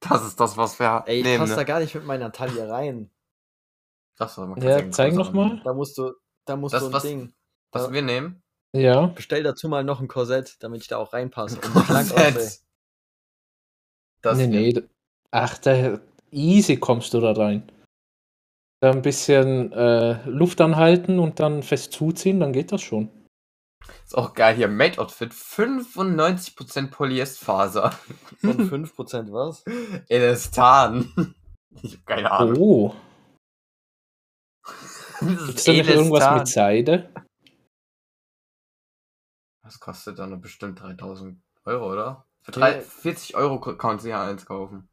Speaker 1: das ist das, was wir
Speaker 2: Ey, ich
Speaker 1: nehmen.
Speaker 2: pass da
Speaker 1: Ne?
Speaker 2: gar nicht mit meiner Taille rein.
Speaker 1: Das soll man
Speaker 3: Ja,
Speaker 1: ganz
Speaker 3: zeig
Speaker 1: einfach
Speaker 3: noch
Speaker 1: sagen.
Speaker 3: mal.
Speaker 2: Da musst du, da musst
Speaker 1: Das,
Speaker 2: du ein
Speaker 1: was-
Speaker 2: Ding.
Speaker 1: Was wir nehmen?
Speaker 3: Ja.
Speaker 2: Bestell dazu mal noch ein Korsett, damit ich da auch reinpasse. Und schlank aussehe.
Speaker 1: Korsett. Das
Speaker 3: nee,
Speaker 1: hier.
Speaker 3: nee. d- Ach, da easy kommst du da rein. Da ein bisschen äh, Luft anhalten und dann fest zuziehen, dann geht das schon.
Speaker 1: Ist auch geil hier. Maid Outfit 95% Polyestfaser.
Speaker 2: Und 5% was?
Speaker 1: Elastan. Ich hab keine Ahnung.
Speaker 3: Oh.
Speaker 1: Das ist
Speaker 3: Ist da nicht irgendwas
Speaker 1: Elastan.
Speaker 3: mit Seide?
Speaker 1: Das kostet dann bestimmt 3000 Euro, oder? Für
Speaker 2: Okay.
Speaker 1: drei, 40 Euro k- kann man sich ja eins kaufen.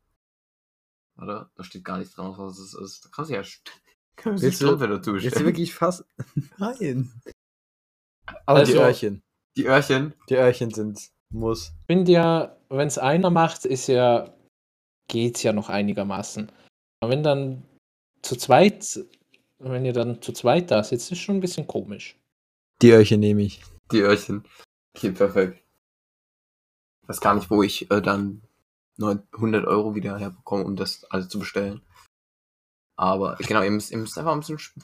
Speaker 1: Oder? Da steht gar nichts drauf, was es ist. Da kann man sich ja st- kann man sich
Speaker 2: Willst du-
Speaker 1: Strümpfe dazu
Speaker 2: Jetzt
Speaker 1: stellen.
Speaker 2: wirklich fast. Nein. Aber
Speaker 1: Also-
Speaker 2: die Öhrchen.
Speaker 1: Die Öhrchen.
Speaker 2: Die Öhrchen sind muss.
Speaker 3: Ich finde ja, wenn es einer macht, ist ja, geht's ja noch einigermaßen. Aber wenn dann zu zweit, wenn ihr dann zu zweit da sitzt, ist schon ein bisschen komisch.
Speaker 2: Die Öhrchen nehme ich.
Speaker 1: Die Öhrchen. Okay, perfekt. Ich weiß gar nicht, wo ich äh, dann 900 Euro wieder herbekomme, um das alles zu bestellen. Aber genau, ihr müsst, ihr müsst einfach ein bisschen sp-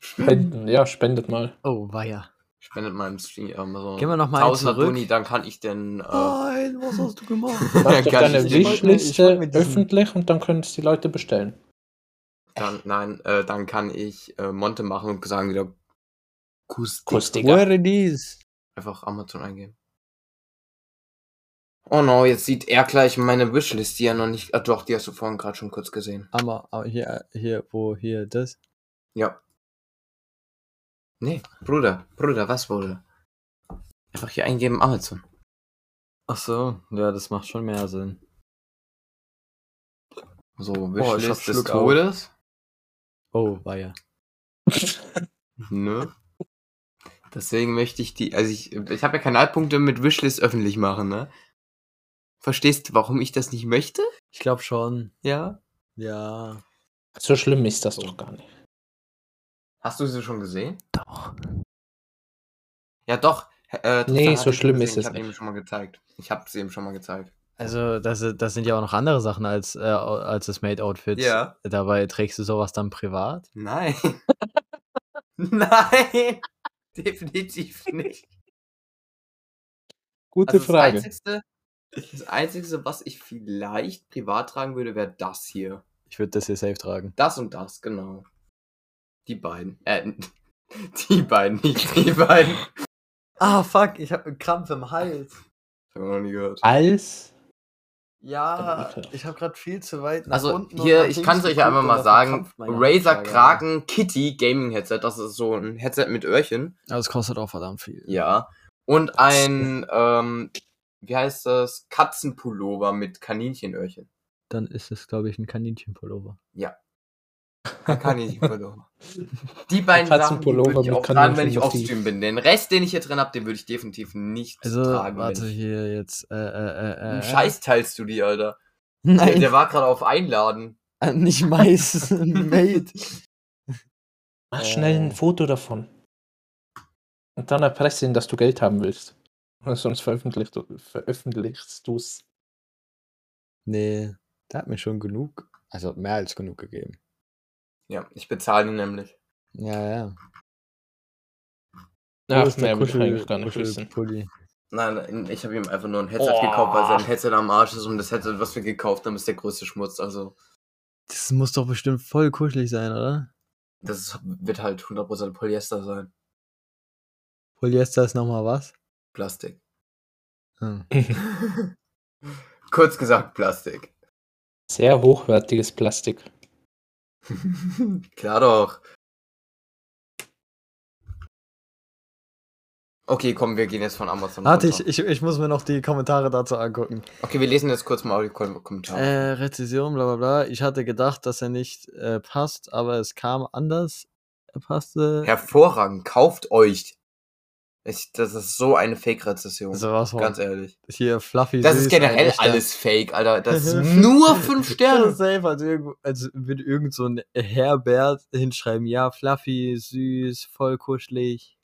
Speaker 3: Spenden, ja, spendet mal.
Speaker 2: Oh, weia.
Speaker 1: spendet mal im Stream. Ähm, so
Speaker 2: Gehen wir noch mal einen
Speaker 1: 1000er
Speaker 2: zurück.
Speaker 1: Duni, dann kann ich denn. Äh,
Speaker 2: Nein, was hast du gemacht?
Speaker 3: Mach
Speaker 1: kann
Speaker 3: doch deine
Speaker 1: ich nicht-
Speaker 2: Ich wollte
Speaker 3: Wishliste
Speaker 2: mir diesen-
Speaker 3: öffentlich und dann können es die Leute bestellen.
Speaker 1: Dann, nein, äh, dann kann ich äh, Monte machen und sagen wieder Kustik.
Speaker 3: Kostiger.
Speaker 2: it is.
Speaker 1: Einfach Amazon eingeben. Oh no, jetzt sieht er gleich meine Wishlist, die er noch nicht. Ah, doch, die hast du vorhin gerade schon kurz gesehen.
Speaker 2: Aber, aber hier, hier, wo, hier, das.
Speaker 1: Ja. Nee, Bruder, Bruder, was Bruder? Einfach hier eingeben also. Amazon.
Speaker 2: Ach so, ja, das macht schon mehr Sinn.
Speaker 1: So,
Speaker 2: hab
Speaker 1: Wishlist des
Speaker 2: Schluck auf.
Speaker 1: Todes.
Speaker 2: Oh, weia.
Speaker 1: Ne? Deswegen möchte ich die, also ich, ich habe ja Kanalpunkte mit Wishlist öffentlich machen, ne? Verstehst du, warum ich das nicht möchte?
Speaker 2: Ich glaube schon.
Speaker 1: Ja.
Speaker 2: Ja.
Speaker 3: So schlimm ist das doch gar nicht.
Speaker 1: Hast du sie schon gesehen?
Speaker 2: Doch.
Speaker 1: Ja, doch. Äh, Tristan
Speaker 3: Nee,
Speaker 1: hat
Speaker 3: so
Speaker 1: sie
Speaker 3: schlimm
Speaker 1: gesehen.
Speaker 3: ist es
Speaker 1: Ich habe
Speaker 3: nicht.
Speaker 1: ihm schon mal gezeigt. Ich habe es ihm schon mal gezeigt.
Speaker 2: Also, das, sind- das sind ja auch noch andere Sachen als, äh, als das Made-Outfit.
Speaker 1: Ja.
Speaker 2: Dabei trägst du sowas dann privat?
Speaker 1: Nein. Nein. Definitiv nicht.
Speaker 2: Also
Speaker 3: Gute
Speaker 1: Also, das
Speaker 3: Frage.
Speaker 1: Einzigste, das Einzigste, was ich vielleicht privat tragen würde, wäre das hier.
Speaker 2: Ich würde das hier safe tragen.
Speaker 1: Das und das, genau. Die beiden. Äh, die beiden, nicht die beiden.
Speaker 2: Ah, fuck, ich habe einen Krampf im Hals.
Speaker 1: Das haben wir noch nie gehört.
Speaker 3: Als
Speaker 2: Ja,
Speaker 3: Ekelhaft.
Speaker 2: ich habe gerade viel zu weit nach
Speaker 1: halt Also
Speaker 2: unten und
Speaker 1: hier,
Speaker 2: nach
Speaker 1: ich
Speaker 2: links
Speaker 1: kann es euch ja
Speaker 2: geguckt
Speaker 1: einfach
Speaker 2: und
Speaker 1: mal
Speaker 2: das
Speaker 1: sagen,
Speaker 2: verkrampft meine
Speaker 1: Razer
Speaker 2: Handschlag.
Speaker 1: Kraken Kitty Gaming Headset, das ist so ein Headset mit Öhrchen.
Speaker 2: Aber es kostet auch verdammt viel.
Speaker 1: Ja. Und ein, ähm, wie heißt das? Katzenpullover mit Kaninchenöhrchen.
Speaker 2: Dann ist es, glaube ich, ein Kaninchenpullover.
Speaker 1: Ein Kaninchenpullover. Die beiden Sachen die
Speaker 3: Katzenpullover
Speaker 1: würde ich
Speaker 3: mit
Speaker 1: auch tragen, wenn ich
Speaker 3: Kaninchenmotiv.
Speaker 1: auf Stream bin. Den Rest, den ich hier drin habe, den würde ich definitiv nicht
Speaker 2: Also,
Speaker 1: tragen. wenn
Speaker 2: warte
Speaker 1: ich-
Speaker 2: hier jetzt. Äh, äh, äh,
Speaker 1: Einen
Speaker 2: äh.
Speaker 1: Scheiß teilst du die, Alter. Der,
Speaker 2: Nein,
Speaker 1: der war gerade auf Einladen.
Speaker 2: äh, nicht Mais, Made.
Speaker 3: mach schnell ein
Speaker 2: Äh.
Speaker 3: Foto davon. Und dann erpresse ihn, dass du Geld haben willst. Sonst veröffentlichst du es.
Speaker 2: Nee, der hat mir schon genug, also mehr als genug gegeben.
Speaker 1: Ja, ich bezahle ihn nämlich.
Speaker 2: Ja, ja. Wo
Speaker 3: Ach,
Speaker 2: ist der
Speaker 3: mehr will ich
Speaker 2: Kuschel-
Speaker 3: eigentlich gar nicht wissen.
Speaker 2: Kuschelpulli?
Speaker 1: Nein, nein, ich habe ihm einfach nur ein Headset
Speaker 3: Oh.
Speaker 1: gekauft, weil sein Headset am Arsch ist und das Headset, was wir gekauft haben, ist der größte Schmutz. Also,
Speaker 2: Das muss doch bestimmt voll kuschelig sein, oder?
Speaker 1: das ist, wird halt 100% Polyester sein.
Speaker 2: Polyester ist nochmal was?
Speaker 1: Plastik.
Speaker 2: Hm.
Speaker 1: Kurz gesagt, Plastik.
Speaker 3: Sehr hochwertiges Plastik.
Speaker 1: Klar doch. Okay, komm, wir gehen jetzt von Amazon.
Speaker 2: Warte,
Speaker 1: runter.
Speaker 2: ich, ich, ich muss mir noch die Kommentare dazu angucken.
Speaker 1: Okay, wir lesen jetzt kurz mal die Kom- Kommentare.
Speaker 2: Äh, Rezession, bla bla bla. Ich hatte gedacht, dass er nicht äh, passt, aber es kam anders. Er passte.
Speaker 1: Hervorragend, kauft euch. Ich, das ist so eine Fake-Rezession.
Speaker 2: Also was
Speaker 1: ganz ehrlich.
Speaker 2: hier Fluffy.
Speaker 1: Das
Speaker 2: süß,
Speaker 1: ist generell
Speaker 2: eigentlich da-
Speaker 1: alles Fake, Alter. Das ist nur fünf
Speaker 2: Das ist
Speaker 1: Sterne.
Speaker 2: safe, also als, irgend, als würde irgend so ein Herbert hinschreiben, ja, Fluffy, süß, voll kuschelig.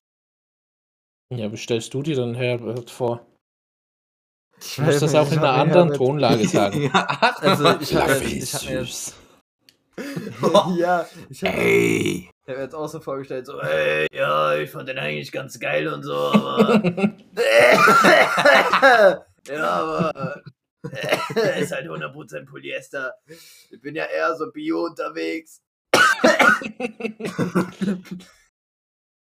Speaker 3: Ja, wie stellst du dir dann Herbert vor?
Speaker 2: Ich
Speaker 3: Du musst das auch in einer anderen Tonlage sagen.
Speaker 1: Ja,
Speaker 2: Also, ich hab,
Speaker 3: Fluffy,
Speaker 2: ich hab mir jetzt,
Speaker 3: süß.
Speaker 2: ja, ich hab, ich
Speaker 1: Ey.
Speaker 2: hab mir jetzt auch so vorgestellt, so, ey, ja, ich fand den eigentlich ganz geil und so, aber. ja, aber. ist halt 100% Polyester. Ich bin ja eher so bio unterwegs.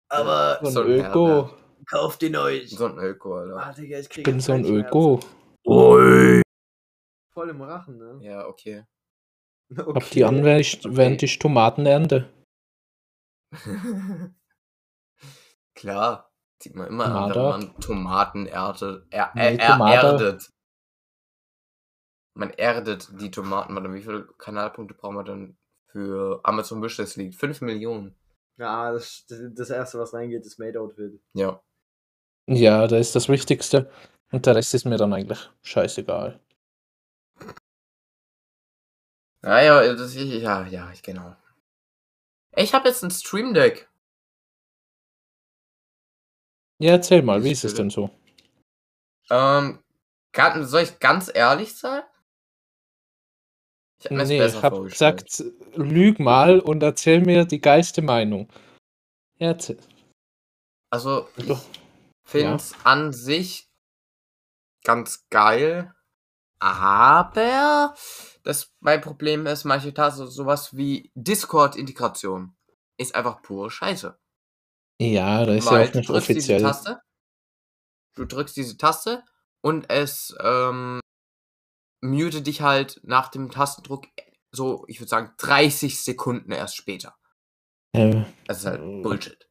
Speaker 2: aber
Speaker 3: So
Speaker 1: So
Speaker 3: ein
Speaker 1: ein
Speaker 3: Öko.
Speaker 2: kauft ihn euch.
Speaker 1: So ein Öko, Alter.
Speaker 2: Ah, Digga, ich krieg
Speaker 3: Ich bin so ein
Speaker 2: Halsschmerzen.
Speaker 3: Öko.
Speaker 2: Voll im Rachen, ne?
Speaker 1: Ja, okay.
Speaker 2: Okay.
Speaker 3: Ab die Anwält, während ich Tomaten ernte.
Speaker 1: Klar. Sieht man immer an, wenn
Speaker 3: Tomate.
Speaker 1: man Tomaten erntet. Er,
Speaker 3: Nee,
Speaker 1: er, er
Speaker 3: Tomate.
Speaker 1: erdet. Man erdet die Tomaten. Warte, wie viele Kanalpunkte brauchen wir denn für Amazon Wishlist League? 5 Millionen.
Speaker 2: Ja, das, das erste, was reingeht, ist Made Outfit.
Speaker 1: Ja.
Speaker 3: Ja, das ist das Wichtigste. Und der Rest ist mir dann eigentlich scheißegal.
Speaker 1: Ah, Ja, ja, das, ja, ja, ich- genau. Ey, Ich habe jetzt ein Stream Deck.
Speaker 3: Ja, erzähl mal, wie ist es denn so?
Speaker 1: Ähm, kann, soll ich ganz ehrlich sein? Ich hab mir das
Speaker 3: Nee,
Speaker 1: besser
Speaker 3: ich hab
Speaker 1: vorgestellt.
Speaker 3: gesagt, lüg mal und erzähl mir die geilste Meinung. Ja, erzähl.
Speaker 1: Also, ich
Speaker 3: Doch.
Speaker 1: finde es an sich ganz geil, aber das, mein Problem ist, manche Tasse, sowas wie Discord-Integration ist einfach pure Scheiße.
Speaker 3: Ja, das ist ja
Speaker 1: Weil
Speaker 3: auch nicht
Speaker 1: du drückst
Speaker 3: offiziell.
Speaker 1: Diese Taste, du drückst diese Taste und es ähm, mute dich halt nach dem Tastendruck äh, so, ich würde sagen, 30 Sekunden erst später.
Speaker 3: Äh,
Speaker 1: Das ist halt
Speaker 3: Mhm.
Speaker 1: Bullshit.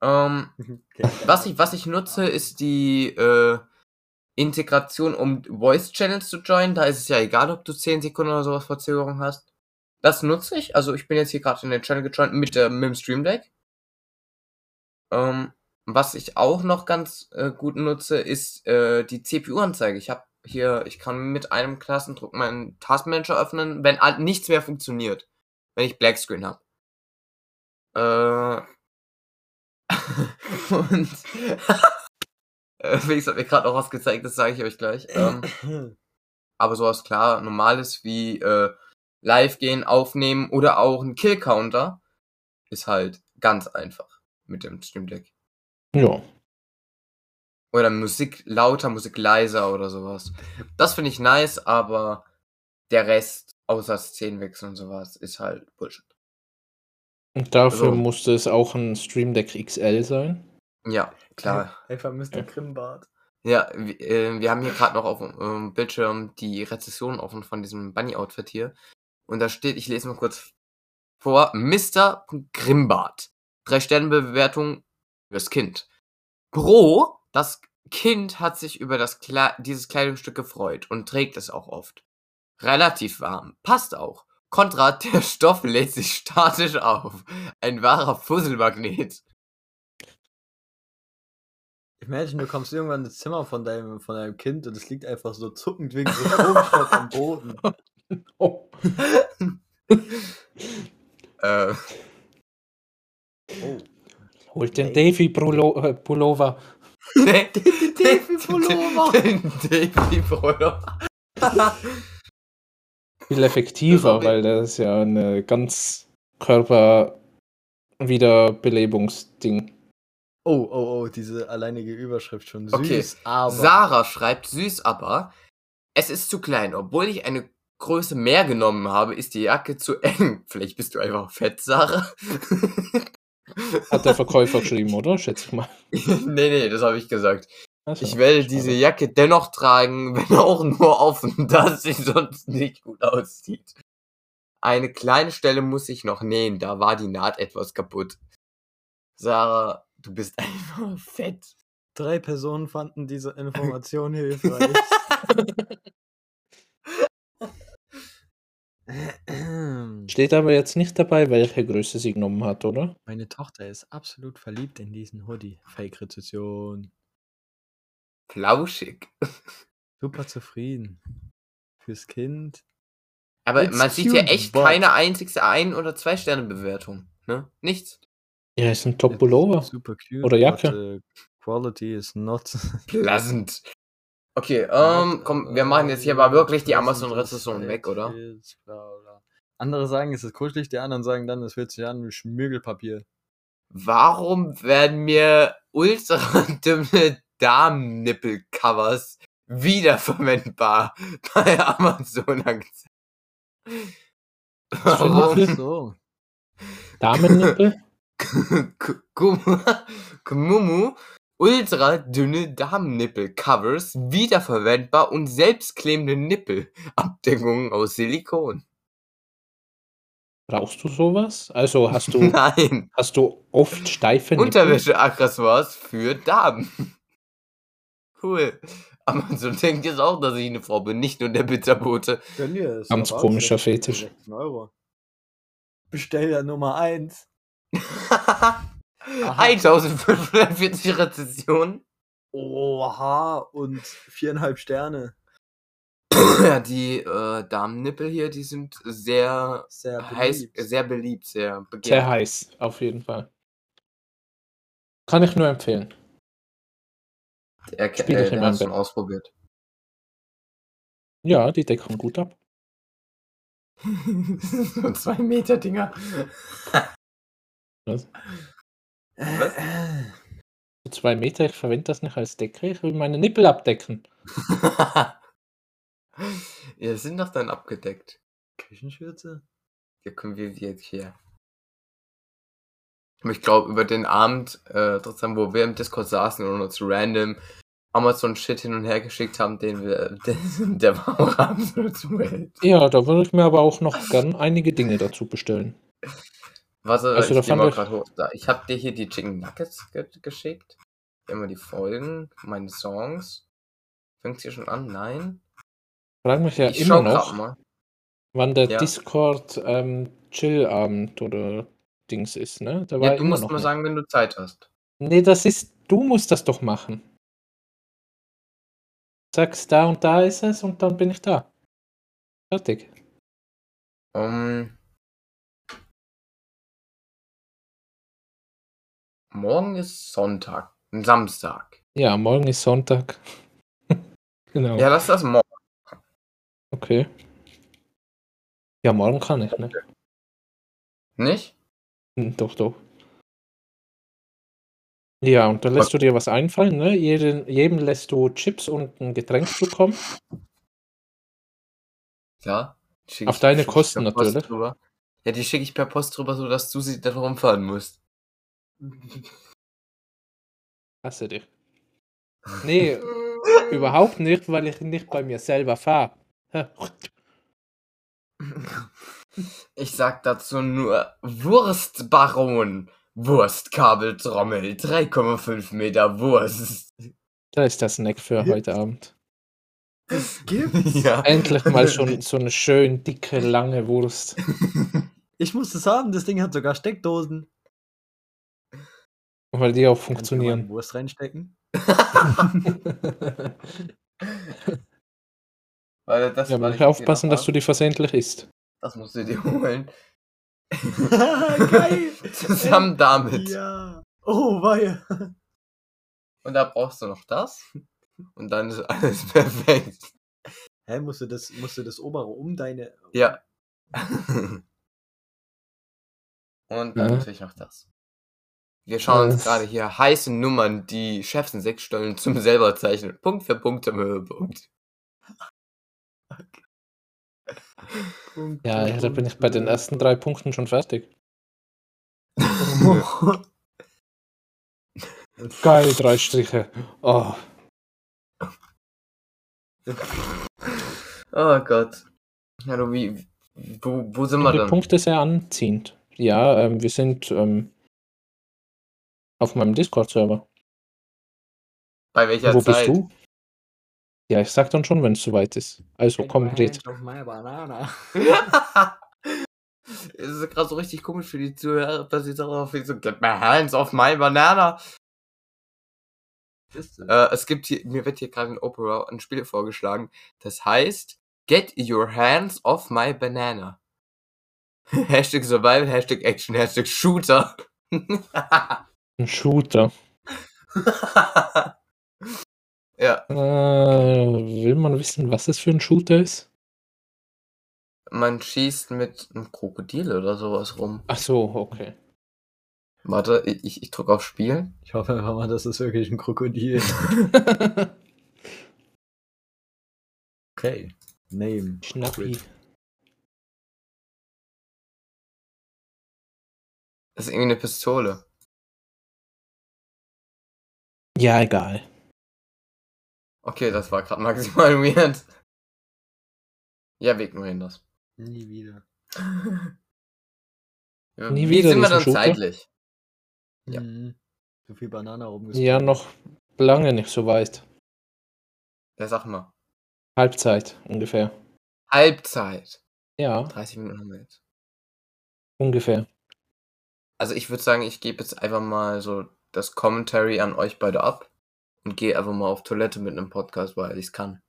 Speaker 1: Ähm, was, ich, was ich nutze, ist die äh, Integration, um Voice Channels zu joinen. Da ist es ja egal, ob du 10 Sekunden oder sowas Verzögerung hast. Das nutze ich. Also ich bin jetzt hier gerade in den Channel gejoint mit, der, mit dem Stream Deck. Ähm, was ich auch noch ganz äh, gut nutze, ist äh, die CPU-Anzeige. Ich habe hier, ich kann mit einem Klassendruck meinen Taskmanager öffnen, wenn all- nichts mehr funktioniert. Wenn ich Blackscreen habe. Äh. und. Äh, Felix hat mir gerade noch was gezeigt, das sage ich euch gleich. Ähm, aber sowas klar, normales wie äh, live gehen, aufnehmen oder auch ein Kill-Counter ist halt ganz einfach mit dem Stream Deck.
Speaker 3: ja.
Speaker 1: Oder Musik lauter, Musik leiser oder sowas. Das finde ich nice, aber der Rest, außer Szenenwechsel und sowas, ist halt Bullshit.
Speaker 3: Und dafür
Speaker 1: So.
Speaker 3: musste es auch ein Stream Deck XL sein.
Speaker 1: Ja, klar.
Speaker 2: Ich vermisse
Speaker 3: den
Speaker 2: Grimbart.
Speaker 1: Ja, w- äh, wir haben hier gerade noch auf dem ähm, Bildschirm die Rezession offen von diesem Bunny-Outfit hier. Und da steht, ich lese mal kurz vor, Mr. Grimbart. Drei Sterne Bewertung fürs Kind. Pro, das Kind hat sich über das Kle dieses Kleidungsstück gefreut und trägt es auch oft. Relativ warm, passt auch. Kontra, der Stoff lädt sich statisch auf. Ein wahrer Puzzlemagnet.
Speaker 2: Imagine, du kommst irgendwann ins Zimmer von deinem, von deinem Kind und es liegt einfach so zuckend wegen so Stromstoff am Boden.
Speaker 3: Oh.
Speaker 1: Äh,
Speaker 2: Oh.
Speaker 3: Holt den Davy Pullo äh, Pullover.
Speaker 1: Den
Speaker 2: Defibrollover.
Speaker 1: Den Defibrollover.
Speaker 3: Viel effektiver, weil das ist ja eine ganz Körperwiederbelebungsding.
Speaker 2: Oh, oh, oh, diese alleinige Überschrift schon.
Speaker 1: Okay.
Speaker 2: Süß, aber.
Speaker 1: Sarah schreibt süß, aber es ist zu klein. Obwohl ich eine Größe mehr genommen habe, ist die Jacke zu eng. Vielleicht bist du einfach fett, Sarah.
Speaker 3: Hat der Verkäufer geschrieben, oder? Schätze ich mal.
Speaker 1: nee, nee, das habe ich gesagt.
Speaker 3: Also,
Speaker 1: Ich werde diese Jacke dennoch tragen, wenn auch nur offen, dass sie sonst nicht gut aussieht. Eine kleine Stelle muss ich noch nähen, da war die Naht etwas kaputt. Sarah, du bist einfach fett.
Speaker 2: Drei Personen fanden diese Information hilfreich.
Speaker 3: Steht aber jetzt nicht dabei, welche Größe sie genommen hat, oder?
Speaker 2: Meine Tochter ist absolut verliebt in diesen Hoodie. Fake-Rezession.
Speaker 1: Flauschig.
Speaker 2: Super zufrieden. Fürs Kind.
Speaker 1: Aber
Speaker 2: It's
Speaker 1: man sieht ja
Speaker 2: cute,
Speaker 1: echt
Speaker 2: but-
Speaker 1: keine einzigste Ein- oder Zwei-Sterne-Bewertung. Ne? Nichts.
Speaker 3: Ja, ist ein Top-Pullover.
Speaker 2: Super cute.
Speaker 3: Oder Jacke.
Speaker 2: but, äh, quality is not.
Speaker 1: Pleasant. Okay, ähm, komm, wir machen jetzt hier mal wirklich die Amazon-Rezession weg, oder?
Speaker 2: Andere sagen, es ist kuschelig, die anderen sagen dann, es fühlt sich an wie Schmögelpapier.
Speaker 1: Warum werden mir ultra dünne Darmnippel-Covers wiederverwendbar bei Amazon angezeigt? Warum?
Speaker 2: so.
Speaker 3: Damennippel?
Speaker 1: K- Kum- Kumumu ultra dünne Darmnippel-Covers wiederverwendbar und selbstklebende Nippel. Abdeckungen aus Silikon.
Speaker 3: Brauchst du sowas? Also hast
Speaker 2: Oh.
Speaker 3: du,
Speaker 1: Nein.
Speaker 3: hast du oft steife Nippel?
Speaker 1: Unterwäsche-Accessoires für Damen. Cool. Amazon denkt jetzt auch, dass ich eine Frau bin, nicht nur der Pizzabote.
Speaker 2: Gönn dir es.
Speaker 3: Ganz
Speaker 2: aber
Speaker 3: komischer
Speaker 2: 16
Speaker 3: Fetisch.
Speaker 2: 16 Euro. Bestell ja Nummer 1.
Speaker 1: 1540 Rezessionen.
Speaker 2: Oha, und viereinhalb Sterne.
Speaker 1: Ja, die äh, Damennippel hier, die sind sehr
Speaker 2: Sehr
Speaker 1: heiß,
Speaker 2: beliebt.
Speaker 1: sehr beliebt, sehr begehrt.
Speaker 3: Sehr heiß, auf jeden Fall. Kann ich nur empfehlen.
Speaker 1: Er,
Speaker 3: Spiel
Speaker 1: äh,
Speaker 3: ich
Speaker 1: der
Speaker 3: immer
Speaker 1: hat's
Speaker 3: im
Speaker 1: schon ausprobiert.
Speaker 3: Ja, die decken gut ab.
Speaker 1: so zwei Meter Dinger.
Speaker 3: So Zwei Meter, ich verwende das nicht als Decke, ich will meine Nippel abdecken.
Speaker 1: ja, sind doch dann abgedeckt.
Speaker 2: Küchenschürze?
Speaker 1: Ja, können wir jetzt hier. Aber ich glaube, über den Abend, äh, trotzdem, wo wir im Discord saßen und uns random Amazon-Shit hin und her geschickt haben, den wir, den, der war auch absolut zu wild.
Speaker 3: Ja, da würde ich mir aber auch noch gern einige Dinge dazu bestellen.
Speaker 1: Warte,
Speaker 3: Also, da
Speaker 1: ich geh
Speaker 3: fand
Speaker 1: mal
Speaker 3: ich-
Speaker 1: gerade hoch. Da, ich habe dir hier die Chicken Nuggets ge geschickt. Immer die Folgen, meine Songs. Fängt's hier schon an? Nein?
Speaker 3: Frag mich ja
Speaker 1: ich
Speaker 3: immer
Speaker 1: schau grad
Speaker 3: noch,
Speaker 1: mal.
Speaker 3: wann der
Speaker 1: Ja.
Speaker 3: Discord ähm, Chill-Abend oder Dings ist, ne? Da war
Speaker 1: Ja,
Speaker 3: ich
Speaker 1: du
Speaker 3: immer
Speaker 1: musst
Speaker 3: noch
Speaker 1: mal
Speaker 3: nicht.
Speaker 1: sagen, wenn du Zeit hast.
Speaker 3: Nee, das ist, du musst das doch machen. Sagst da und da ist es und dann bin ich da. Fertig.
Speaker 1: Um, morgen ist Sonntag. Samstag.
Speaker 3: Ja, morgen ist Sonntag. genau.
Speaker 1: Ja, lass das morgen.
Speaker 3: Okay. Ja, morgen kann ich, ne?
Speaker 1: Nicht?
Speaker 3: Hm, Doch, doch. Ja, und dann lässt du dir was einfallen, ne? Jeden, jedem lässt du Chips und ein Getränk zukommen.
Speaker 1: Ja. Schick
Speaker 3: Auf deine
Speaker 1: schick per
Speaker 3: Kosten
Speaker 1: Post
Speaker 3: natürlich.
Speaker 1: Drüber. Ja, die schicke ich per Post drüber, sodass du sie dann rumfahren musst.
Speaker 3: Hasse dich. Nee, überhaupt nicht, weil ich nicht bei mir selber fahre.
Speaker 1: Ich sag dazu nur Wurstbaron. Wurstkabeltrommel. 3,5 Meter Wurst.
Speaker 3: Da ist der Snack für heute Abend.
Speaker 2: Es gibt.
Speaker 1: Ja.
Speaker 3: Endlich mal schon so eine schön dicke, lange Wurst.
Speaker 2: Ich muss es haben, das Ding hat sogar Steckdosen.
Speaker 3: Weil die auch
Speaker 2: Kann ich hier mal eine
Speaker 3: funktionieren.
Speaker 2: Wurst reinstecken?
Speaker 1: Weil das
Speaker 3: ja,
Speaker 1: war
Speaker 3: muss ich
Speaker 1: richtig
Speaker 3: aufpassen, dass du
Speaker 1: gedacht.
Speaker 3: die versehentlich isst.
Speaker 1: Das musst du dir holen.
Speaker 2: Ah, Geil!
Speaker 1: Zusammen damit.
Speaker 2: Ja. Oh, weia.
Speaker 1: Und da brauchst du noch das. Und dann ist alles perfekt.
Speaker 2: Hä, musst du das, musst du das obere um deine.
Speaker 1: Ja. Und dann
Speaker 3: Mhm.
Speaker 1: natürlich noch das. Wir schauen uns
Speaker 3: Ja.
Speaker 1: gerade hier heiße Nummern, die Chefs in sechs Stunden zum selber zeichnen. Punkt für Punkt zum Höhepunkt.
Speaker 2: Punkt,
Speaker 3: Ja,
Speaker 2: Punkt,
Speaker 3: ja, da bin
Speaker 2: Punkt,
Speaker 3: ich bei den
Speaker 2: Punkt.
Speaker 3: ersten drei Punkten schon fertig. Geil, drei Striche. Oh,
Speaker 1: oh Gott. Hallo, wie, wo, wo sind wir
Speaker 3: die
Speaker 1: denn?
Speaker 3: Punkte sehr anziehend. Ja, ähm, wir sind ähm, auf meinem Discord-Server.
Speaker 1: Bei welcher
Speaker 3: Wo
Speaker 1: Zeit?
Speaker 3: bist du? Ja, ich sag dann schon, wenn es soweit ist. Also komm, red.
Speaker 2: Auf meine Banane.
Speaker 1: es ist gerade so richtig komisch für die Zuhörer, dass ich sage, auf so, get my hands off my banana. Äh, es gibt hier, mir wird hier gerade ein Opera, ein Spiel vorgeschlagen. Das heißt, get your hands off my banana. Hashtag Survival, Hashtag Action, Hashtag Shooter.
Speaker 3: Ein Shooter.
Speaker 1: ja,
Speaker 3: Äh, will man wissen, was das für ein Shooter ist?
Speaker 1: man schießt mit einem Krokodil oder sowas rum.
Speaker 3: Ach so, okay.
Speaker 1: Warte, ich, ich, ich drücke auf Spielen.
Speaker 2: Ich hoffe einfach mal, das ist wirklich ein Krokodil. Okay. Name.
Speaker 3: Schnappi.
Speaker 1: Das ist irgendwie eine Pistole.
Speaker 3: Ja, egal.
Speaker 1: Okay, das war gerade maximal weird. Ja, wir ignorieren das.
Speaker 2: Nie wieder.
Speaker 3: Nie
Speaker 1: Wie
Speaker 3: wieder
Speaker 1: sind wir
Speaker 3: diesen
Speaker 1: dann
Speaker 3: Shooter?
Speaker 1: zeitlich? Ja.
Speaker 2: Mhm. So viel Banane rumgesucht.
Speaker 3: Ja, noch lange nicht so weit.
Speaker 1: Ja, sag mal.
Speaker 3: Halbzeit ungefähr.
Speaker 1: Halbzeit.
Speaker 3: Ja,
Speaker 1: 30 Minuten haben wir jetzt.
Speaker 3: ungefähr.
Speaker 1: Also ich würde sagen, ich gebe jetzt einfach mal so das Commentary an euch beide ab und gehe einfach mal auf Toilette mit einem Podcast, weil ich kann.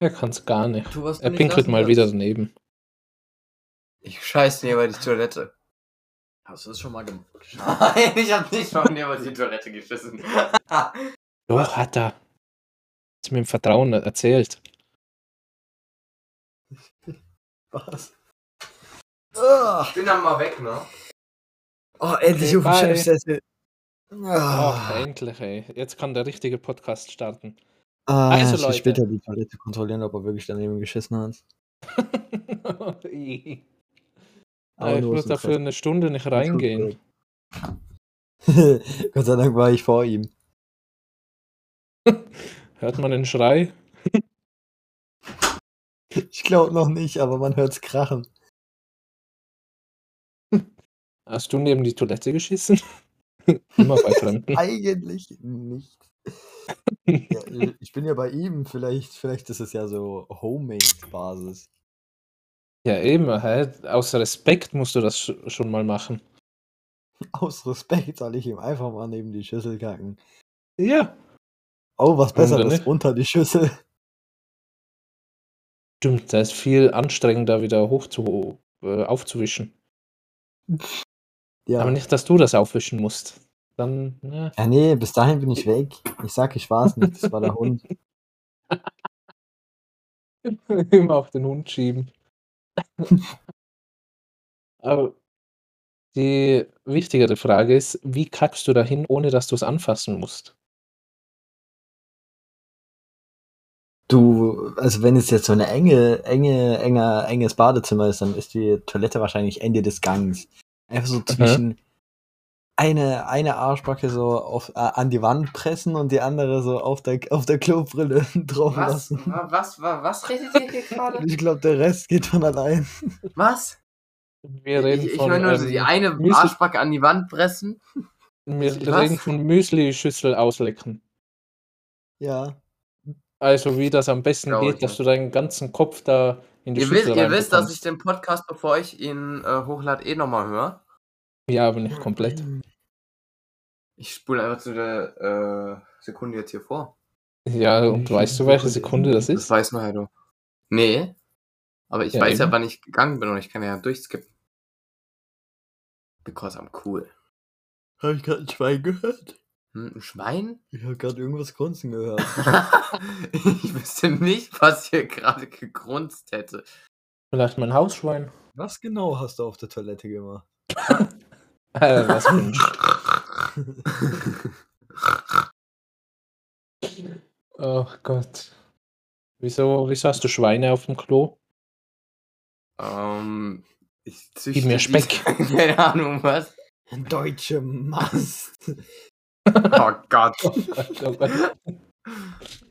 Speaker 3: Er kann es gar nicht.
Speaker 2: Du, was du
Speaker 3: Er
Speaker 2: nicht
Speaker 3: pinkelt
Speaker 2: lassen
Speaker 3: mal
Speaker 2: kannst.
Speaker 3: wieder daneben.
Speaker 1: Ich scheiße mir über die Toilette.
Speaker 2: Hast du das schon mal gemacht?
Speaker 1: Nein, ich hab nicht mal mir über die Toilette geschissen.
Speaker 3: Doch, hat er. Ist mir im Vertrauen erzählt.
Speaker 2: Was? Ah.
Speaker 1: ich bin dann mal weg, ne?
Speaker 2: Oh, endlich
Speaker 3: Okay,
Speaker 2: auf dem
Speaker 3: bye.
Speaker 2: Chefsessel.
Speaker 3: Ach,
Speaker 2: Ah.
Speaker 3: endlich, ey. Jetzt kann der richtige Podcast starten.
Speaker 2: Ah,
Speaker 3: Also,
Speaker 2: ich will
Speaker 3: Leute.
Speaker 2: später die Toilette kontrollieren, ob er wirklich daneben geschissen hat.
Speaker 3: Aber Ah, ich
Speaker 2: nur
Speaker 3: muss
Speaker 2: aus dem
Speaker 3: dafür eine Stunde nicht
Speaker 2: Fett.
Speaker 3: reingehen.
Speaker 2: Gott sei Dank war ich vor ihm.
Speaker 3: Hört man den Schrei?
Speaker 2: Ich glaube noch nicht, aber man hört's krachen.
Speaker 3: Hast du neben die Toilette geschissen? Immer bei Fremden.
Speaker 2: Eigentlich nicht. Ja, ich bin ja bei ihm, vielleicht, vielleicht ist es ja so Homemade-Basis.
Speaker 3: Ja, eben. Hä? Aus Respekt musst du das sch- schon mal machen.
Speaker 2: Aus Respekt soll ich ihm einfach mal neben die Schüssel kacken.
Speaker 3: Ja.
Speaker 2: Oh,
Speaker 3: Warum denn
Speaker 2: was Besseres,
Speaker 3: nicht?
Speaker 2: unter die Schüssel.
Speaker 3: Stimmt, das ist viel anstrengender, wieder hoch zu, äh, aufzuwischen.
Speaker 2: Ja.
Speaker 3: Aber nicht, dass du das aufwischen musst. Dann, ne?
Speaker 2: ja, Ah, nee, bis dahin bin ich weg. Ich sag, ich war's nicht, das war der Hund.
Speaker 3: Immer auf den Hund schieben. Aber die wichtigere Frage ist, wie kackst du dahin, ohne dass du es anfassen musst?
Speaker 2: Du, also wenn es jetzt so eine enge, enge, enger, enges Badezimmer ist, dann ist die Toilette wahrscheinlich Ende des Gangs. Einfach so zwischen eine, eine Arschbacke so auf, äh, an die Wand pressen und die andere so auf der, auf der Klobrille
Speaker 3: Oh,
Speaker 2: drauf
Speaker 1: Was?
Speaker 2: lassen.
Speaker 1: Was? Was? Was redet ihr hier gerade?
Speaker 2: Ich glaube, der Rest geht von allein.
Speaker 1: Was?
Speaker 3: Wir
Speaker 1: Ich,
Speaker 3: reden
Speaker 1: ich
Speaker 3: von,
Speaker 1: höre nur so
Speaker 3: ähm,
Speaker 1: die eine
Speaker 3: Müsli-
Speaker 1: Arschbacke an die Wand pressen.
Speaker 3: wir
Speaker 1: Was?
Speaker 3: reden von Müsli-Schüssel auslecken.
Speaker 2: Ja.
Speaker 3: Also wie das am besten
Speaker 1: Glaube ich
Speaker 3: geht, dass
Speaker 1: nicht.
Speaker 3: du deinen ganzen Kopf da in die
Speaker 1: Ihr wisst,
Speaker 3: Schüssel
Speaker 1: ihr wisst, dass ich
Speaker 3: reinbekommst.
Speaker 1: den Podcast, bevor ich ihn äh, hochlade, eh nochmal höre.
Speaker 3: Ja, aber nicht komplett.
Speaker 1: Ich spule einfach zu der äh, Sekunde jetzt hier vor.
Speaker 3: Ja, und
Speaker 2: viel
Speaker 3: weißt du, welche
Speaker 2: Sekunde
Speaker 3: Sekunde das
Speaker 1: Das
Speaker 3: ist?
Speaker 1: weiß man halt auch. Nee. Aber ich
Speaker 3: Ja,
Speaker 1: weiß ja,
Speaker 3: eben.
Speaker 1: wann ich gegangen bin und ich kann ja durchskippen. Because I'm cool.
Speaker 2: Habe ich gerade ein Schwein gehört?
Speaker 1: Hm, ein Schwein?
Speaker 2: Ich habe gerade irgendwas grunzen gehört.
Speaker 1: ich wüsste nicht, was hier gerade gegrunzt hätte.
Speaker 3: Vielleicht mein Hausschwein.
Speaker 2: Was genau hast du auf der Toilette gemacht?
Speaker 3: Äh, was für ein Sch- Oh Gott. Wieso, wieso hast du Schweine auf dem Klo?
Speaker 1: Ähm, ich züchte
Speaker 3: mir
Speaker 1: die-
Speaker 3: Speck.
Speaker 1: Keine Ahnung was.
Speaker 2: Ein deutscher Mast.
Speaker 1: Oh Gott.
Speaker 3: Oh Gott, oh Gott.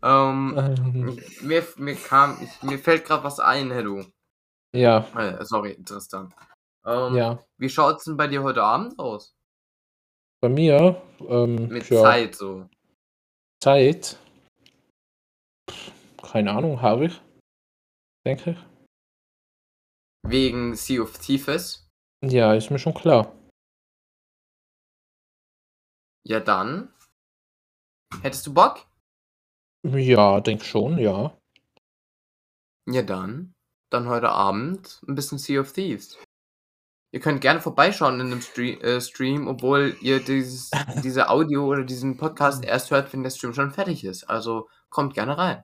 Speaker 1: ähm,
Speaker 3: Ähm,
Speaker 1: mir, mir kam, ich, mir fällt gerade was ein, Hello.
Speaker 3: ja,
Speaker 1: Äh, sorry, Tristan. Ähm,
Speaker 3: ja.
Speaker 1: Wie schaut's denn bei dir heute Abend aus?
Speaker 3: Bei mir, ähm,
Speaker 1: Mit
Speaker 3: ja,
Speaker 1: Zeit so.
Speaker 3: Zeit. Pff, Keine Ahnung, habe ich. Denke ich.
Speaker 1: Wegen Sea of Thieves?
Speaker 3: Ja, ist mir schon klar.
Speaker 1: Ja dann. Hättest du Bock?
Speaker 3: Ja, denke schon, ja.
Speaker 1: Ja dann. Dann heute Abend ein bisschen Sea of Thieves. Ihr könnt gerne vorbeischauen in dem Stream, äh, Stream obwohl ihr dieses, diese Audio oder diesen Podcast erst hört, wenn der Stream schon fertig ist. Also kommt gerne rein.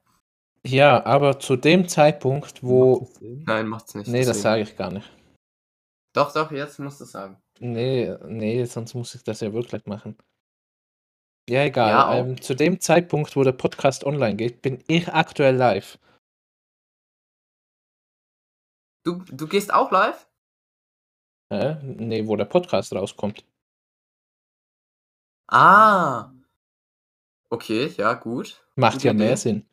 Speaker 3: Ja, aber zu dem Zeitpunkt, wo.
Speaker 2: Macht das Sinn?
Speaker 1: Nein, macht's nicht.
Speaker 3: Nee, das
Speaker 1: deswegen.
Speaker 3: sage ich gar nicht.
Speaker 1: Doch, doch, jetzt musst du es sagen.
Speaker 3: Nee, nee, sonst muss ich das ja wirklich machen. Ja, egal.
Speaker 1: Ja, auch.
Speaker 3: ähm, zu dem Zeitpunkt, wo der Podcast online geht, bin ich aktuell live.
Speaker 1: Du, du gehst auch live?
Speaker 3: Hä? Nee, wo der Podcast rauskommt.
Speaker 1: Ah. Okay, ja, gut.
Speaker 3: Macht
Speaker 1: Gute
Speaker 3: ja mehr
Speaker 1: Idee.
Speaker 3: Sinn.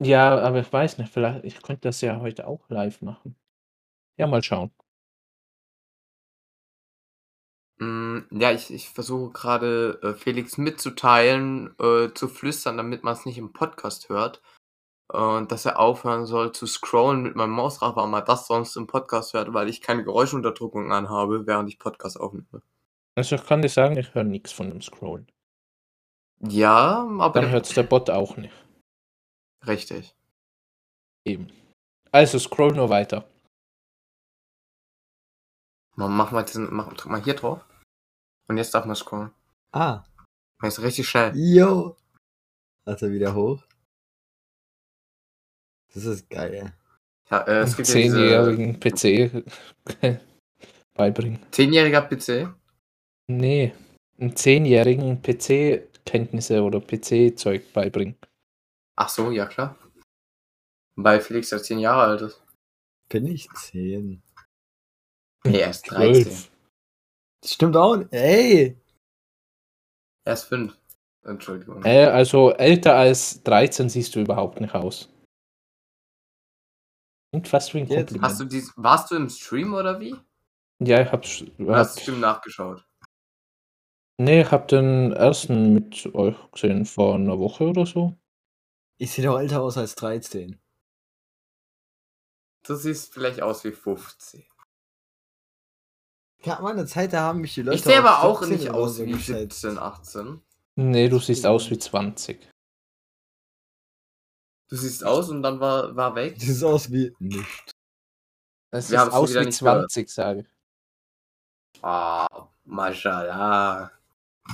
Speaker 3: Ja, aber ich weiß nicht, vielleicht, ich könnte das ja heute auch live machen. Ja, mal schauen.
Speaker 1: Mm, ja, ich, ich versuche gerade äh, Felix mitzuteilen, äh, zu flüstern, damit man es nicht im Podcast hört. Und dass er aufhören soll zu scrollen mit meinem Mausrad, weil man das sonst im Podcast hört, weil ich keine Geräuschunterdrückung anhabe, während ich Podcast aufnehme.
Speaker 3: Also ich kann dir sagen, ich höre nichts von dem Scrollen.
Speaker 1: Ja, aber
Speaker 3: Dann hört es der Bot auch nicht.
Speaker 1: richtig.
Speaker 3: Eben. Also scroll nur weiter.
Speaker 1: Mach, mach, mal diesen, mach drück mal hier drauf. Und jetzt darf man scrollen.
Speaker 2: Ah,
Speaker 1: Jetzt richtig schnell.
Speaker 2: yo. Hat er wieder hoch? Das ist geil.
Speaker 1: Ja, äh, es gibt ja diese
Speaker 3: Zehnjährigen PC beibringen.
Speaker 1: zehnjähriger PC.
Speaker 3: Nee, einem zehnjährigen PC-Kenntnisse oder PC-Zeug beibringen.
Speaker 1: Ach so, ja klar. Weil Felix ja 10 Jahre alt ist.
Speaker 2: Bin ich 10.
Speaker 1: Nee, er ist 13.
Speaker 2: Das stimmt auch. nicht. Ey.
Speaker 1: Er ist 5. Entschuldigung.
Speaker 3: Äh, also älter als 13 siehst du überhaupt nicht aus. Und fast wie ein
Speaker 1: Hast
Speaker 2: Jetzt
Speaker 3: Kompliment.
Speaker 1: du dies, warst du im Stream oder wie?
Speaker 3: Ja, ich hab's.
Speaker 1: Oder hast du
Speaker 3: Hab,
Speaker 1: Stream nachgeschaut?
Speaker 3: nee, ich hab den ersten mit euch gesehen vor einer Woche oder so.
Speaker 2: Ich sehe doch älter aus als 13.
Speaker 1: Du siehst vielleicht aus wie 15.
Speaker 2: Ja, meine Zeit, da haben mich die Leute.
Speaker 1: ich sehe
Speaker 2: auf
Speaker 1: aber auch
Speaker 2: 17
Speaker 1: nicht
Speaker 2: oder
Speaker 1: aus
Speaker 2: so
Speaker 1: wie
Speaker 2: geschätzt.
Speaker 1: 17, 18.
Speaker 3: Nee, du siehst aus wie 20.
Speaker 1: Du siehst aus und dann war, war weg.
Speaker 2: Das ist aus wie. Nicht.
Speaker 3: Es
Speaker 1: Wir
Speaker 3: sieht
Speaker 1: haben's
Speaker 3: aus
Speaker 1: wieder
Speaker 3: wie
Speaker 1: nicht gehört.
Speaker 3: 20, sage ich.
Speaker 1: Ah, mashallah.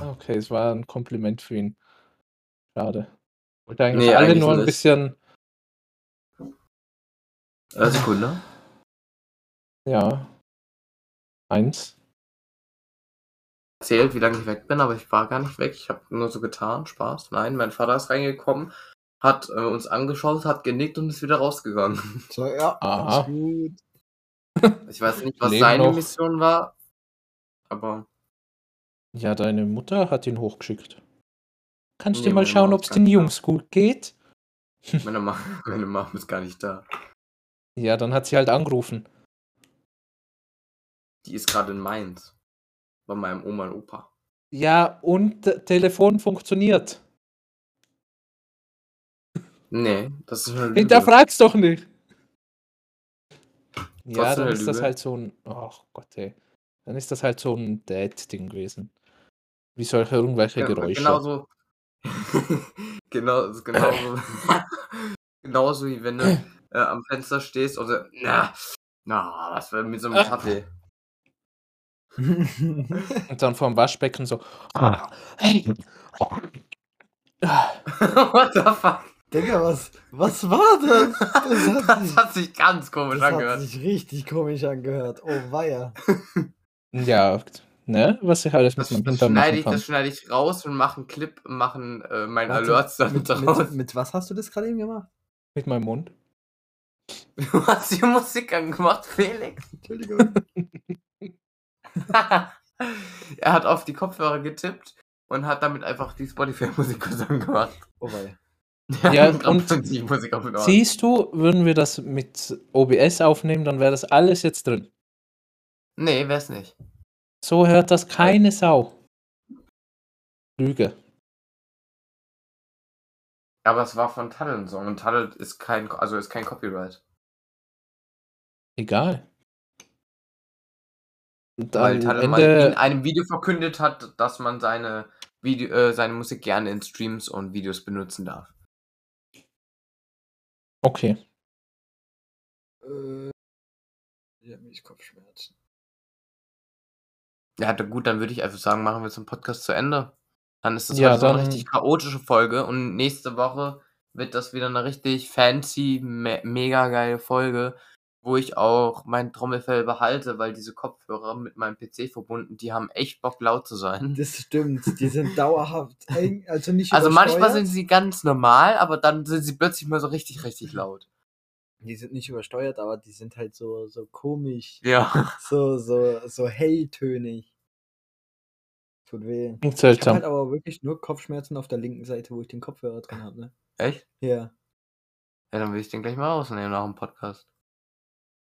Speaker 3: Okay, es war ein Kompliment für ihn. Schade. Wollte eigentlich
Speaker 1: Nee,
Speaker 3: alle
Speaker 1: eigentlich
Speaker 3: nur ein
Speaker 1: nicht.
Speaker 3: bisschen.
Speaker 1: Äh, Sekunde.
Speaker 3: Ja. Eins.
Speaker 1: Erzählt, wie lange ich weg bin, aber ich war gar nicht weg. Ich habe nur so getan. Spaß. Nein, mein Vater ist reingekommen, hat äh, uns angeschaut, hat genickt und ist wieder rausgegangen.
Speaker 2: So, ja,
Speaker 3: Aha.
Speaker 2: ist gut.
Speaker 1: Ich weiß nicht, was
Speaker 3: Leben
Speaker 1: seine
Speaker 3: noch.
Speaker 1: Mission war, aber
Speaker 3: Ja, deine Mutter hat ihn hochgeschickt. Kannst
Speaker 1: Nee,
Speaker 3: du mal
Speaker 1: meine
Speaker 3: schauen,
Speaker 1: Mama
Speaker 3: ob es
Speaker 1: ist
Speaker 3: den
Speaker 1: gar
Speaker 3: Jungs gut geht?
Speaker 1: meine Mama, meine Mom ist gar nicht da.
Speaker 3: Ja, dann hat sie halt angerufen.
Speaker 1: Die ist gerade in Mainz. Bei meinem Oma und Opa.
Speaker 3: Ja, und äh, Telefon funktioniert.
Speaker 1: Nee, das ist halt eine Lüge.
Speaker 3: Hinterfrag's doch nicht.
Speaker 1: Trotzdem
Speaker 3: Ja, dann
Speaker 1: eine
Speaker 3: ist das
Speaker 1: Lüge.
Speaker 3: halt so ein. Ach Gott, ey. Dann ist das halt so ein Dad-Ding gewesen. Wie solche irgendwelche
Speaker 1: Ja,
Speaker 3: Geräusche.
Speaker 1: Genauso. genau, das ist genauso. genauso wie wenn du äh, am Fenster stehst und so, na, na, was für mit so einem
Speaker 3: Ah.
Speaker 1: Kaffee.
Speaker 3: Und dann vor dem Waschbecken so. Hey.
Speaker 1: What the fuck?
Speaker 2: Digga, was, was war das? Das hat
Speaker 1: Das
Speaker 2: sich,
Speaker 1: hat sich ganz komisch
Speaker 2: das hat
Speaker 1: angehört.
Speaker 2: sich richtig komisch angehört. Oh, weia.
Speaker 3: Ja, ne? Was ich alles
Speaker 1: Das,
Speaker 3: mit meinem
Speaker 1: das,
Speaker 3: Hintern
Speaker 1: schneide
Speaker 3: machen
Speaker 1: ich,
Speaker 3: kann.
Speaker 1: das schneide ich raus und mache einen Clip, machen äh, meinen
Speaker 2: Warte,
Speaker 1: Alerts damit
Speaker 2: Mit,
Speaker 1: raus.
Speaker 2: mit, mit was hast du das gerade eben gemacht?
Speaker 3: Mit meinem Mund.
Speaker 1: Du hast hier Musik angemacht, Felix.
Speaker 2: Entschuldigung.
Speaker 1: er hat auf die Kopfhörer getippt und hat damit einfach die Spotify-Musik kurz angemacht.
Speaker 2: Oh, weia.
Speaker 3: Ja,
Speaker 1: hat grad
Speaker 3: und
Speaker 1: schon die Musik aufgenommen.
Speaker 3: Siehst du, würden wir das mit OBS aufnehmen, dann wäre das alles jetzt drin.
Speaker 1: Nee, wär's nicht.
Speaker 3: So hört das
Speaker 1: Äh.
Speaker 3: keine Sau. Lüge.
Speaker 1: Aber es war von Tuttle ein Song und Tuttle ist kein, also ist kein Copyright.
Speaker 3: Egal. Und
Speaker 1: Weil
Speaker 3: am
Speaker 1: Tuttle mal in
Speaker 3: Ende,
Speaker 1: einem Video verkündet hat, dass man seine, Video, äh, seine Musik gerne in Streams und Videos benutzen darf.
Speaker 3: okay.
Speaker 2: Äh, ich hab mich Kopfschmerzen.
Speaker 1: Ja, da- gut, dann würde ich einfach sagen, machen wir zum Podcast zu Ende. Dann ist das
Speaker 3: Ja,
Speaker 1: heute so eine
Speaker 3: dann-
Speaker 1: richtig chaotische Folge und nächste Woche wird das wieder eine richtig fancy, me mega geile Folge, wo ich auch mein Trommelfell behalte, weil diese Kopfhörer mit meinem PC verbunden, die haben echt Bock laut zu sein.
Speaker 2: Das stimmt, die sind dauerhaft. eng- Also nicht
Speaker 1: Also manchmal
Speaker 2: übersteuert.
Speaker 1: sind sie ganz normal, aber dann sind sie plötzlich mal so richtig, richtig laut.
Speaker 2: Die sind nicht übersteuert, aber die sind halt so, so komisch,
Speaker 1: Ja.
Speaker 2: so, so, so helltönig. Tut weh.
Speaker 3: Klingt
Speaker 2: Ich habe
Speaker 3: seltsam.
Speaker 2: halt aber wirklich nur Kopfschmerzen auf der linken Seite, wo ich den Kopfhörer drin habe, ne?
Speaker 1: Echt?
Speaker 2: Ja.
Speaker 1: Ja, dann will ich den gleich mal rausnehmen nach dem Podcast.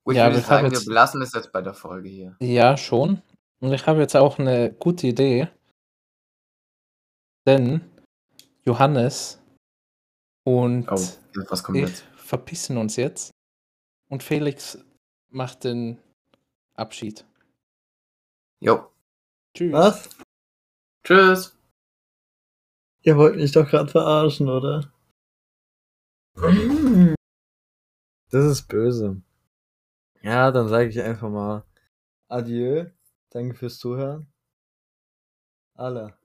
Speaker 1: Ich
Speaker 3: Ja,
Speaker 1: würde
Speaker 3: wir haben
Speaker 1: sagen, wir
Speaker 3: jetzt-
Speaker 1: belassen es jetzt bei der Folge hier.
Speaker 3: Ja, schon. Und ich habe jetzt auch eine gute Idee. Denn Johannes und
Speaker 1: Oh, was kommt
Speaker 3: ich
Speaker 1: jetzt?
Speaker 3: verpissen uns jetzt. Und Felix macht den Abschied.
Speaker 1: Jo.
Speaker 3: Tschüss.
Speaker 2: Was?
Speaker 1: Tschüss.
Speaker 2: Ihr wollt mich doch gerade verarschen, oder? Das ist böse. Ja, dann sage ich einfach mal Adieu. Danke fürs Zuhören. Alle.